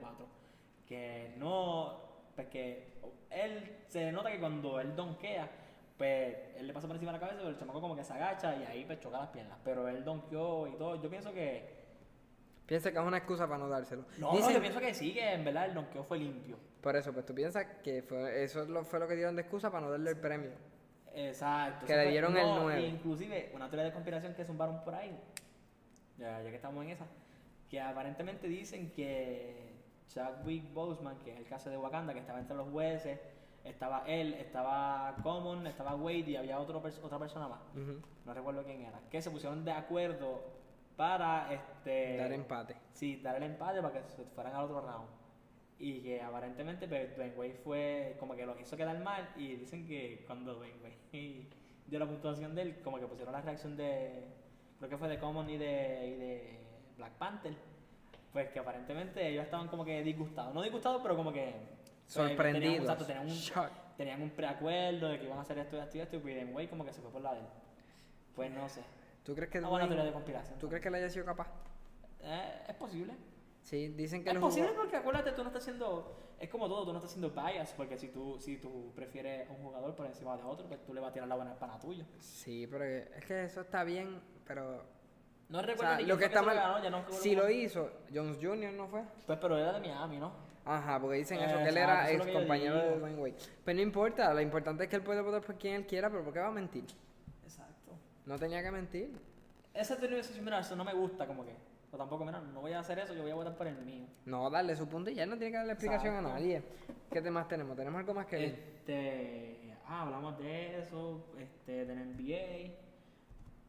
B: que no, pues que él se nota que cuando él donkea, pues él le pasa por encima de la cabeza, pero el chamaco como que se agacha y ahí pues choca las piernas, pero él donkeó y todo, yo pienso que,
A: Piensa que es una excusa para no dárselo.
B: no, no,
A: Dicen-
B: yo pienso que sí, que en verdad el donkeo fue limpio.
A: Por eso, pues tú piensas que fue, eso es lo- fue lo que dieron de excusa para no darle el premio.
B: Exacto.
A: Que
B: eso
A: le
B: fue-
A: dieron el
B: no,
A: nueve.
B: Inclusive, una teoría de conspiración que zumbaron por ahí, ya, ya que estamos en esa, que aparentemente dicen que Chadwick Boseman, que es el caso de Wakanda, que estaba entre los jueces, estaba él, estaba Common, estaba Wade y había otro pers- otra persona más,
A: Ujú.
B: no recuerdo quién era, que se pusieron de acuerdo para este,
A: Dar empate.
B: Sí, dar el empate para que se fueran al otro round. Y que aparentemente pues, Dwayne Wade fue como que los hizo quedar mal y dicen que cuando Dwayne Wade dio la puntuación de él, como que pusieron la reacción de, creo que fue de Common y de, y de Black Panther, pues que aparentemente ellos estaban como que disgustados. No disgustados, pero como que... pues, Tenían,
A: Sorprendidos.
B: exacto, tenían un,
A: Shock.
B: tenían un preacuerdo de que iban a hacer esto y esto y esto y Dwayne Wade como que se fue por la de él. Pues no sé.
A: ¿Tú crees que
B: Una buena
A: Dwayne-
B: teoría de conspiración.
A: ¿Tú crees que él haya sido capaz?
B: Eh, es posible.
A: Sí, dicen que
B: Es
A: él
B: posible
A: jugó-
B: porque acuérdate, tú no estás haciendo, es como todo, tú no estás haciendo bias, porque si tú, si tú prefieres a un jugador por encima de otro, pues tú le vas a tirar la buena pana tuya.
A: Sí, pero es que eso está bien, pero
B: No
A: o
B: recuerdo
A: sea,
B: ni
A: lo
B: quién
A: que está
B: fue se
A: mal
B: ganó, ya no recuerdo
A: si lo
B: cómo-
A: hizo Jones Jr. no fue.
B: Pues pero era de Miami, ¿no?
A: Ajá, porque dicen eso, que él era
B: Eh, Exacto, eso es lo
A: ex
B: que yo
A: compañero de
B: digo.
A: Dwayne Wade. Pero no importa, lo importante es que él puede votar por quien él quiera, pero ¿por qué va a mentir?
B: Exacto.
A: No tenía que mentir.
B: Esa teoría de mira, eso no me gusta como que, o tampoco, mira, no voy a hacer eso, yo voy a votar por el mío.
A: No, darle su punto y ya él no tiene que darle explicación a
B: Exacto. Eh.
A: nadie. ¿Qué temas tenemos? ¿Tenemos algo más que ver?
B: Este, ah, hablamos de eso, este, del NBA,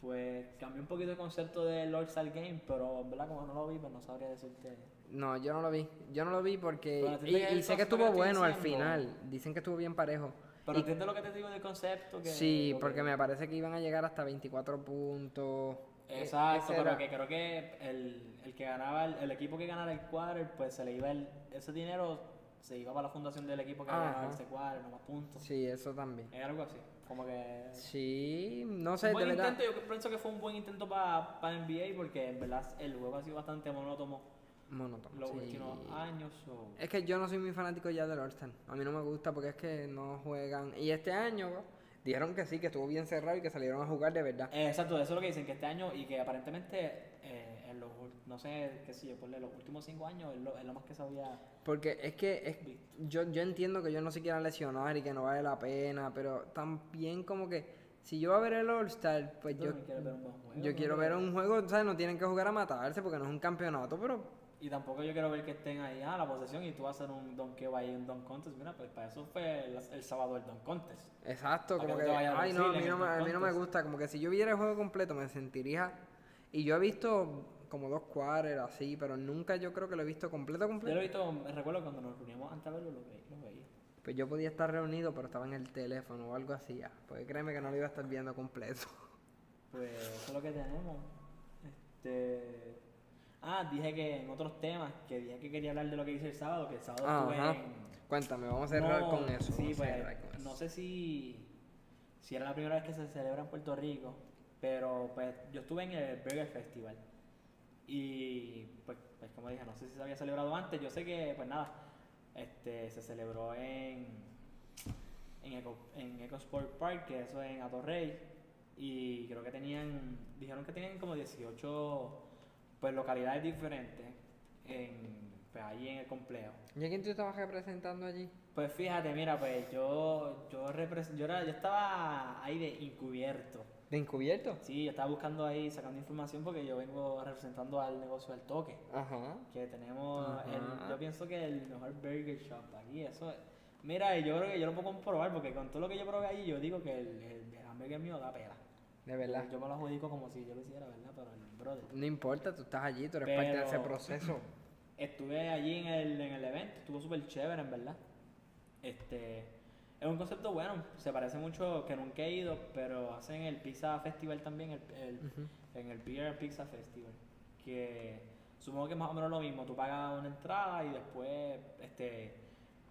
B: pues cambié un poquito el concepto del All-Star Game, pero en verdad como no lo vi, pues no sabría decirte...
A: No, yo no lo vi. Yo no lo vi porque.
B: Pero
A: Y,
B: entiende que
A: y
B: el
A: sé que
B: concepto que
A: estuvo
B: estoy
A: bueno al
B: diciendo-
A: final. Dicen que estuvo bien parejo.
B: Pero
A: Y-
B: entiendo lo que te digo del concepto. Que,
A: sí,
B: lo que-
A: porque me parece que iban a llegar hasta 24 puntos. E-
B: Exacto,
A: ese
B: pero
A: era-
B: que creo que el, el que ganaba, el, el equipo que ganara el quarter, pues se le iba el, ese dinero, se iba para la fundación del equipo que
A: Ajá.
B: ganaba ese quarter, no más puntos.
A: Sí, eso también.
B: Es algo así. Como que.
A: Sí, no sé,
B: Un
A: de
B: buen
A: verdad.
B: intento, yo pienso que fue un buen intento para NBA porque en verdad el juego ha sido bastante monótono
A: Monótono.
B: los
A: sí.
B: últimos años. so-
A: Es que yo no soy muy fanático ya del All-Star. A mí no me gusta porque es que no juegan. Y este año dijeron que sí, que estuvo bien cerrado y que salieron a jugar de verdad.
B: Eh, Exacto, eso es lo que dicen, que este año y que aparentemente, eh, en los, ul- no sé, qué sé yo, ponle los últimos cinco años es lo, es lo más que se había
A: Porque es que es,
B: visto.
A: Yo, yo entiendo que yo no se quieran lesionar y que no vale la pena, pero también como que si yo voy a ver el All-Star, pues
B: Tú
A: yo,
B: también quieres ver un buen juego,
A: yo
B: ¿no?
A: quiero ver un juego, ¿sabes? No tienen que jugar a matarse porque no es un campeonato, pero
B: Y tampoco yo quiero ver que estén ahí, ah, la posesión, y tú vas a hacer un donkeo ahí, un don contest. Mira, pues para eso fue el, el sábado el don contest.
A: exacto,
B: Para
A: como
B: que
A: que,
B: no te vaya a
A: ay no, a
B: Brasil
A: mí
B: en
A: no,
B: el
A: me, a mí no me
B: contest.
A: gusta, como que si yo viera el juego completo me sentiría, y yo he visto como dos quarters así, pero nunca yo creo que lo he visto completo,
B: Yo
A: completo.
B: lo he visto, me recuerdo cuando nos reuníamos antes de verlo, lo veía. Lo veía.
A: Pues yo podía estar reunido, pero estaba en el teléfono o algo así, ya, porque créeme que no lo iba a estar viendo completo.
B: Pues eso es lo que tenemos. Este... Ah, dije que en otros temas, que dije que quería hablar de lo que hice el sábado, que el sábado
A: Ajá.
B: estuve en...
A: Cuéntame, vamos a cerrar
B: No,
A: con eso.
B: sí,
A: vamos a
B: pues,
A: cerrar con eso.
B: no sé si, si era la primera vez que se celebra en Puerto Rico, pero pues yo estuve en el Burger Festival. Y pues, pues, como dije, no sé si se había celebrado antes, yo sé que pues nada, este se celebró en en, Eco, en EcoSport Park, que eso es en Atorrey, y creo que tenían, dijeron que tenían como 18 pues localidades diferentes en, pues, ahí en el complejo.
A: ¿Y a quién tú estabas representando allí?
B: Pues fíjate, mira, pues yo yo, repres- yo, era- yo estaba ahí de encubierto.
A: ¿De encubierto?
B: Sí, yo estaba buscando ahí, sacando información porque yo vengo representando al negocio del toque.
A: Ajá.
B: Que tenemos,
A: Ajá.
B: el- yo pienso que el mejor burger shop aquí, eso es- Mira, y yo creo que yo lo puedo comprobar porque con todo lo que yo probé ahí, yo digo que el, el hamburger mío da pela.
A: de verdad.
B: Yo me lo adjudico como si yo lo hiciera, ¿verdad? Pero el brother.
A: No importa, tú estás allí, tú eres
B: Pero-
A: parte de ese proceso.
B: Estuve allí en el, en el evento, estuvo súper chévere, en verdad. Este, es un concepto bueno, se parece mucho que nunca he ido, pero hacen el Pizza Festival también, el, el-
A: Ujú.
B: en el Beer Pizza Festival, que supongo que es más o menos lo mismo, tú pagas una entrada y después este,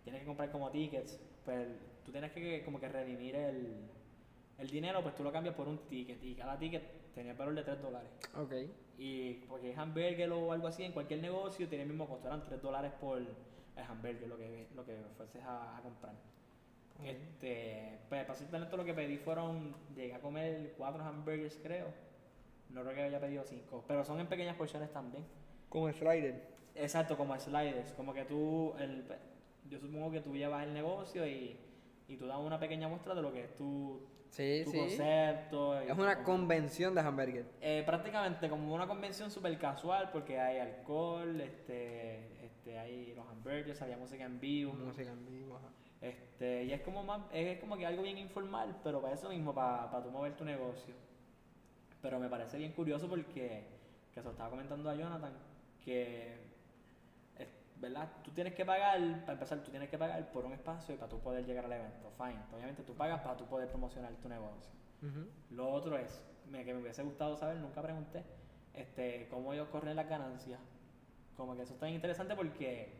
B: tienes que comprar como tickets, pues tú tienes que como que redimir el, el dinero, pues tú lo cambias por un ticket y cada ticket tenía el valor de 3 dólares.
A: Ok.
B: Y porque es hamburger o algo así, en cualquier negocio tiene el mismo costo, eran 3 dólares por el hamburger, lo que, lo que fuerces a, a comprar.
A: Ok.
B: Este, pues para ser honesto, lo que pedí fueron, llegué a comer 4 hamburgers creo, no creo que haya pedido 5, pero son en pequeñas porciones también.
A: Como slider.
B: Exacto, como sliders, como que tú, el, yo supongo que tú llevas el negocio y, y tú das una pequeña muestra de lo que es tu,
A: Sí,
B: tu
A: sí.
B: concepto. y
A: Es
B: tu
A: una
B: con-
A: convención de hamburger.
B: eh, prácticamente como una convención súper casual porque hay alcohol, este, este, hay los hamburgers, había música en vivo,
A: Música en vivo, ajá.
B: este, y es como más, es como que algo bien informal, pero para eso mismo, para, para tú mover tu negocio. Pero me parece bien curioso porque, que se lo estaba comentando a Jonathan, que, es- ¿verdad? Tú tienes que pagar, para empezar, tú tienes que pagar por un espacio y para tú poder llegar al evento, fine. Obviamente tú pagas para tú poder promocionar tu negocio.
A: Ujú.
B: Lo otro es, me- que me hubiese gustado saber, nunca pregunté, este, cómo ellos corren las ganancias. Como que eso está bien interesante porque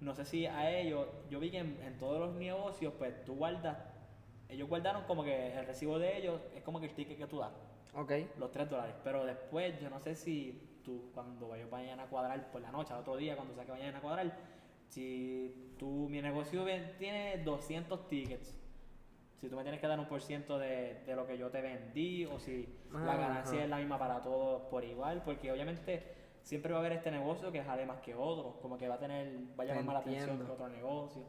B: no sé si a ellos, yo vi que en, en todos los negocios, pues tú guardas, ellos guardaron como que el recibo de ellos es como que el ticket que tú das,
A: Ok.
B: los 3 dólares. Pero después, yo no sé si tú, cuando ellos vayan a cuadrar por la noche, al otro día, cuando sea que vayan a cuadrar, si tú, mi negocio ven- tiene 200 tickets, si tú me tienes que dar un por ciento de, de lo que yo te vendí, o si la
A: Ajá.
B: ganancia es la misma para todos por igual, porque obviamente siempre va a haber este negocio que jale más que otro, como que va a tener, vaya a
A: Te
B: llamar la atención
A: entiendo.
B: que otro negocio.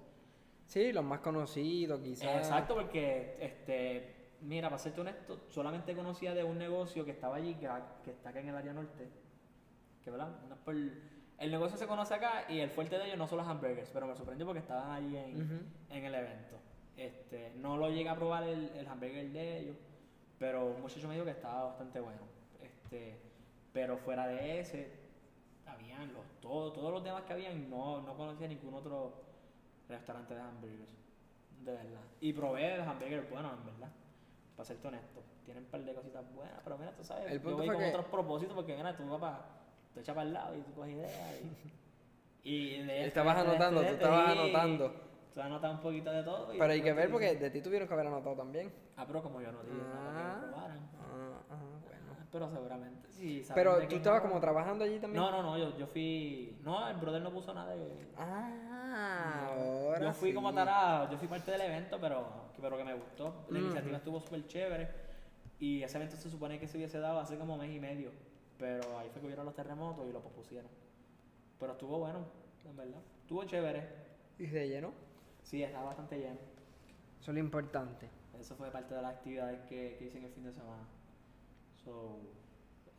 A: Sí, los más conocidos, quizás.
B: Eh, Exacto, porque, este, mira, para serte honesto, solamente conocía de un negocio que estaba allí, que, que está acá en el área norte. Que, ¿verdad? No es por- El negocio se conoce acá y el fuerte de ellos no son los hamburgers, pero me sorprendió porque estaban allí en,
A: Ujú.
B: en el evento. Este, no lo llegué a probar el, el hamburger de ellos, pero un muchacho me dijo que estaba bastante bueno. Este, pero fuera de ese, habían los todo, todos los demás que habían, no, no conocía ningún otro restaurante de hamburgers. De verdad. Y probé los hamburgers buenos, en verdad. Para serte honesto, tienen un par de cositas buenas, pero mira, tú sabes,
A: El punto
B: yo voy
A: fue
B: con
A: que-
B: otros propósitos porque mira, tú papá, tú echas para el lado y tú coges ideas y, y de este,
A: Estabas
B: de este, de
A: anotando, tú
B: este,
A: estabas
B: y-
A: anotando.
B: Tú has anotado un poquito de todo. y
A: Pero hay que
B: después
A: ver
B: tú
A: porque
B: dices,
A: de ti tuvieron que haber anotado también.
B: Ah, pero como yo no dije nada que
A: Ah.
B: lo probaran.
A: Ah, ajá, bueno.
B: Ah, Pero seguramente. Sí, saben de
A: Pero tú
B: quién
A: estabas
B: no.
A: como trabajando allí también.
B: No, no, no, yo, yo fui. No, el brother no puso nada de.
A: Ah,
B: No,
A: ahora
B: Yo fui como
A: sí.
B: tarado, yo fui parte del evento, pero, pero que me gustó. La
A: Ujú.
B: iniciativa estuvo súper chévere. Y ese evento se supone que se hubiese dado hace como mes y medio. Pero ahí fue que hubieron los terremotos y lo pospusieron. Pero estuvo bueno, en verdad. Estuvo chévere.
A: ¿Y se llenó?
B: Sí, estaba bastante lleno.
A: Eso es lo importante.
B: Eso fue parte de las actividades que, que hice en el fin de semana. So,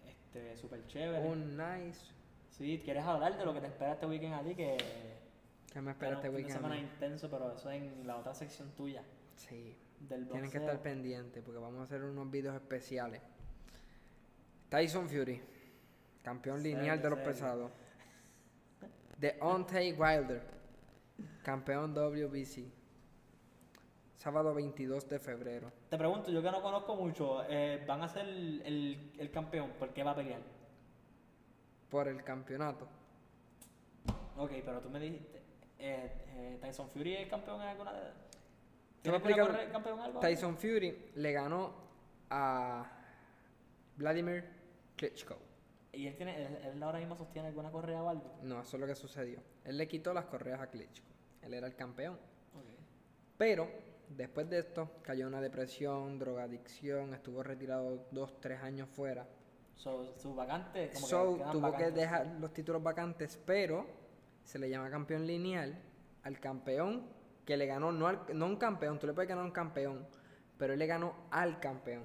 B: este, súper chévere.
A: Un Oh, nice.
B: Sí, ¿quieres hablar de lo que te espera este weekend a ti? Que
A: ¿Qué me espera
B: bueno,
A: este
B: fin de
A: weekend? a
B: semana
A: mí?
B: intenso, pero eso en la otra sección tuya
A: Sí.
B: del
A: Tienen que
B: boxeo.
A: estar pendientes porque vamos a hacer unos videos especiales. Tyson Fury, campeón
B: Serio,
A: lineal de los
B: serio.
A: pesados. Deontay Wilder, campeón WBC. Sábado 22 de febrero.
B: Te pregunto, yo que no conozco mucho, eh, ¿van a ser el, el- el campeón? ¿Por qué va a pelear?
A: Por el campeonato.
B: Ok, pero tú me dijiste, eh, eh, ¿Tyson Fury es campeón en alguna de
A: Te voy a
B: ¿Tiene alguna
A: explicar-
B: carrera de campeón en algo?
A: Tyson Fury le ganó a Vladimir Klitschko.
B: ¿Y él, tiene, él, él ahora mismo sostiene alguna correa o algo?
A: No, eso es lo que sucedió. Él le quitó las correas a Klitschko. Él era el campeón.
B: Ok.
A: Pero después de esto cayó en una depresión, drogadicción, estuvo retirado dos, tres años fuera.
B: So, su vacante, como
A: So
B: que quedan
A: tuvo que
B: vacantes.
A: dejar los títulos vacantes, pero se le llama campeón lineal al campeón que le ganó, no, al- no un campeón, tú le puedes ganar a un campeón, pero él le ganó al campeón.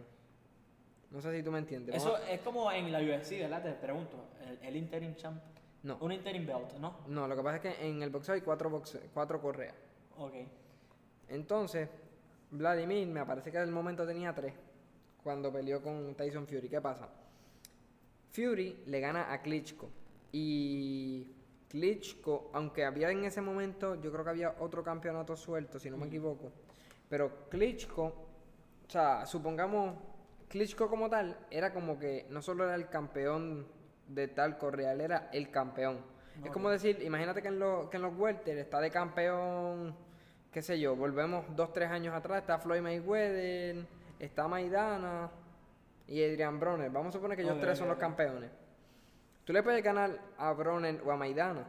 A: No sé si tú me entiendes.
B: Eso
A: Vamos
B: es como en la UFC, ¿verdad? Te pregunto, el, el interim champ,
A: a- No,
B: un interim belt, ¿no?
A: no, lo que pasa es que en el boxeo hay cuatro, boxe- cuatro correas.
B: Ok.
A: Entonces, Vladimir, me parece que al momento tenía tres. cuando peleó con Tyson Fury. ¿Qué pasa? Fury le gana a Klitschko. Y Klitschko, aunque había en ese momento, yo creo que había otro campeonato suelto, si no me equivoco. Pero Klitschko, o sea, supongamos, Klitschko como tal, era como que no solo era el campeón de tal correa, él era el campeón. Es
B: Ok.
A: como decir, imagínate que en, los- que en los Welter está de campeón, qué sé yo, volvemos dos, tres años atrás, está Floyd Mayweather, está Maidana y Adrian Broner. Vamos a suponer que ellos
B: Ok,
A: tres
B: ok,
A: son los
B: ok.
A: campeones. Tú le puedes ganar a Broner o a Maidana,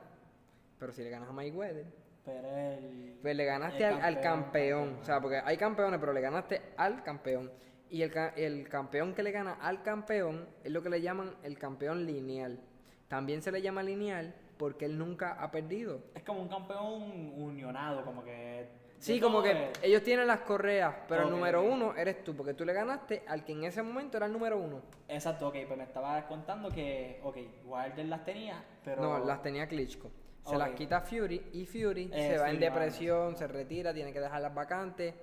A: pero si le ganas a Mayweather,
B: Pero el.
A: pues le ganaste
B: el
A: al, al campeón. O sea, porque hay campeones, pero le ganaste al campeón. Y el, ca- el campeón que le gana al campeón es lo que le llaman el campeón lineal. También se le llama lineal porque él nunca ha perdido.
B: Es como un campeón unionado, como que. de
A: Sí, como
B: todo
A: que
B: es-
A: ellos tienen las correas, pero
B: Ok,
A: el número
B: ok.
A: uno eres tú, porque tú le ganaste al que en ese momento era el número uno.
B: Exacto, ok, pues me estabas contando que. Ok, Wilder las tenía, pero.
A: No, las tenía Klitschko. Se las
B: Ok.
A: quita Fury y Fury
B: Eh,
A: se va
B: sí,
A: en
B: lo amo.
A: depresión, se retira, tiene que dejar las vacantes.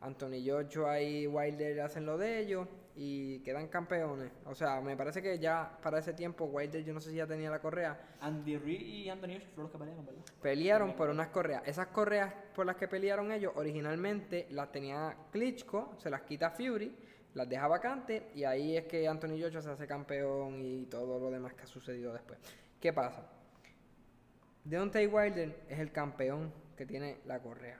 A: Anthony Joshua y Wilder hacen lo de ellos y quedan campeones. O sea, me parece que ya para ese tiempo Wilder yo no sé si ya tenía la correa.
B: Andy Reid y Anthony Joshua fueron los que pelearon, ¿verdad?
A: Pelearon por unas correas. Esas correas por las que pelearon ellos originalmente las tenía Klitschko, se las quita Fury, las deja vacantes y ahí es que Anthony Joshua se hace campeón y todo lo demás que ha sucedido después. ¿Qué pasa? Deontay Wilder es el campeón que tiene la correa.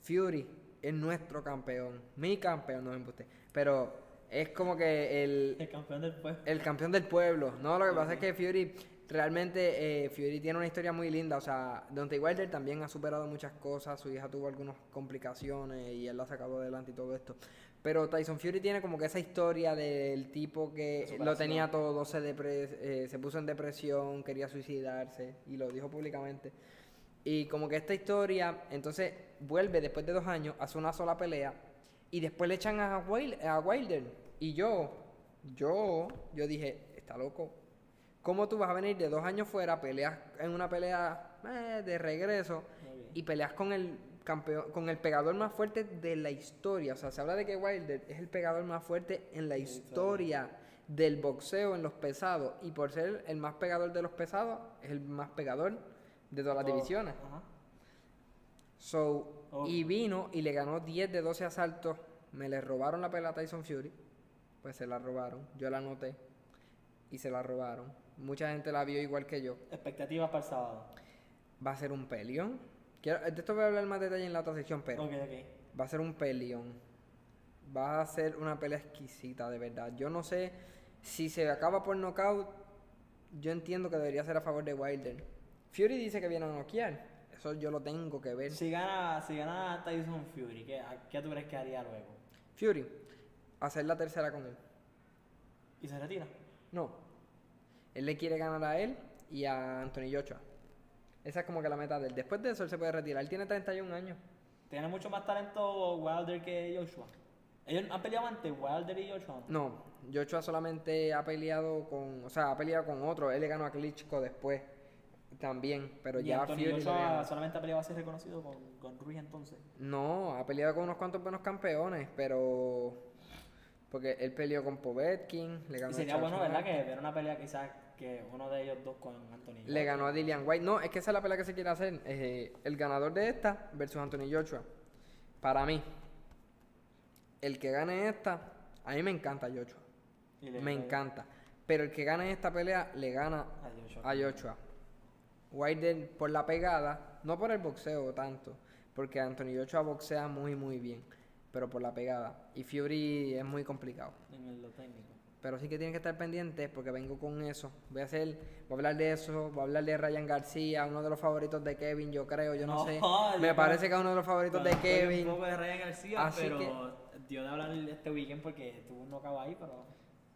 A: Fury es nuestro campeón, mi campeón, no me embuste, pero es como que el,
B: El campeón del pueblo.
A: el campeón del pueblo. No, lo que pasa es que Fury, realmente eh, Fury tiene una historia muy linda. O sea, Deontay Wilder también ha superado muchas cosas. Su hija tuvo algunas complicaciones y él la ha sacado adelante y todo esto. Pero Tyson Fury tiene como que esa historia del tipo que
B: De
A: lo tenía todo, se, depres- eh, se puso en depresión, quería suicidarse y lo dijo públicamente. Y como que esta historia, entonces vuelve después de dos años, hace una sola pelea y después le echan a, Wail- a Wilder. Y yo, yo, yo dije, está loco. ¿Cómo tú vas a venir de dos años fuera, peleas en una pelea eh, de regreso
B: Muy bien.
A: y peleas con el campeón, con el pegador más fuerte de la historia? O sea, se habla de que Wilder es el pegador más fuerte en la
B: la
A: historia,
B: historia.
A: del boxeo en los pesados y por ser el más pegador de los pesados es el más pegador de todas las
B: Todo.
A: divisiones.
B: Ajá.
A: So,
B: Oh.
A: y vino y le ganó 10 de 12 asaltos. Me le robaron la pelea a Tyson Fury. Pues se la robaron. Yo la anoté. Y se la robaron. Mucha gente la vio igual que yo.
B: Expectativas para el sábado.
A: Va a ser un peleón. Quiero, de esto voy a hablar más detalle en la otra sección, pero
B: Ok, ok.
A: va a ser un peleón. Va a ser una pelea exquisita, de verdad. Yo no sé si se acaba por knockout. Yo entiendo que debería ser a favor de Wilder. Fury dice que viene a noquear. Eso yo lo tengo que ver.
B: Si gana, si gana Tyson Fury, ¿qué, a- qué tú crees que haría luego?
A: Fury, hacer la tercera con él.
B: ¿Y se retira?
A: No. Él le quiere ganar a él y a Anthony Joshua. Esa es como que la meta de él. Después de eso, él se puede retirar. Él tiene 31 años.
B: ¿Tiene mucho más talento Wilder que Joshua? Ellos han peleado antes, Wilder y Joshua.
A: No, Joshua solamente ha peleado con. O sea, ha peleado con otro. Él le ganó a Klitschko después también. Pero
B: y
A: ya
B: Anthony
A: Fury.
B: Joshua
A: le ganó.
B: solamente ha peleado así reconocido con, con Ruiz entonces.
A: No, ha peleado con unos cuantos buenos campeones, pero. Porque él peleó con Povetkin, le ganó
B: Y
A: a
B: sería
A: Charles
B: bueno, ¿verdad?
A: Martin.
B: Que ver una pelea quizás que uno de ellos dos con Anthony.
A: Le ganó a Dillian White. No, es que esa es la pelea que se quiere hacer. eh, el ganador de esta versus Anthony Joshua. Para mí, el que gane esta, a mí me encanta Joshua.
B: Y le-
A: Me
B: le-
A: encanta. Pero el que gane esta pelea le gana
B: a Joshua.
A: a Joshua. Wilder por la pegada, no por el boxeo tanto, porque Anthony Joshua boxea muy muy bien, pero por la pegada. Y Fury es muy complicado.
B: En el- lo técnico.
A: Pero sí que tienen que estar pendientes porque vengo con eso. Voy a hacer, voy a hablar de eso, voy a hablar de Ryan García, uno de los favoritos de Kevin, yo creo, yo no,
B: No,
A: sé.
B: yo
A: Me
B: creo-
A: parece que es uno de los favoritos de
B: Bueno, pues, fue Un
A: Kevin.
B: poco de Ryan García,
A: Así
B: pero dio de hablar este weekend porque tuvo un knockout ahí, pero.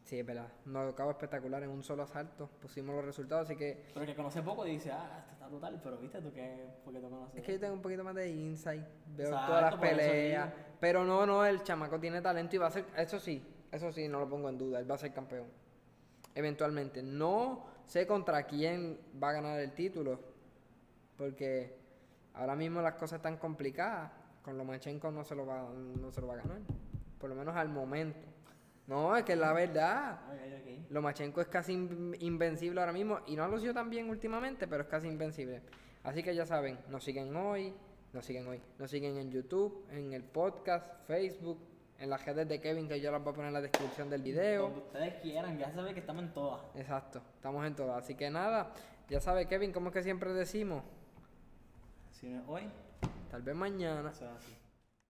A: Sí, es verdad. Nos acabo espectacular en un solo asalto. Pusimos los resultados, así que
B: Pero el que conoce poco dice, ah, este está brutal, pero viste tú que. Porque tú conoces.
A: es que yo tengo un poquito más de insight, veo
B: Exacto,
A: todas las
B: por eso
A: peleas.
B: digo.
A: Pero no, no, el chamaco tiene talento y va a ser, eso sí, eso sí, no lo pongo en duda, él va a ser campeón. Eventualmente. No sé contra quién va a ganar el título, porque ahora mismo las cosas están complicadas. Con Lomachenko no se lo va, no se lo va a ganar, por lo menos al momento. No, es que es la verdad.
B: Ah, Ok, ok.
A: Lomachenko es casi in- invencible ahora mismo y no ha lucido tan bien últimamente, pero es casi invencible. Así que ya saben, nos siguen hoy, nos siguen hoy, nos siguen en YouTube, en el podcast, Facebook, en las redes de Kevin que yo las voy a poner en la descripción del video.
B: Donde ustedes quieran, ya saben que estamos en todas.
A: Exacto, estamos en todas. Así que nada, ya sabe Kevin, como es que siempre decimos,
B: Si no es hoy,
A: tal vez mañana.
B: será así.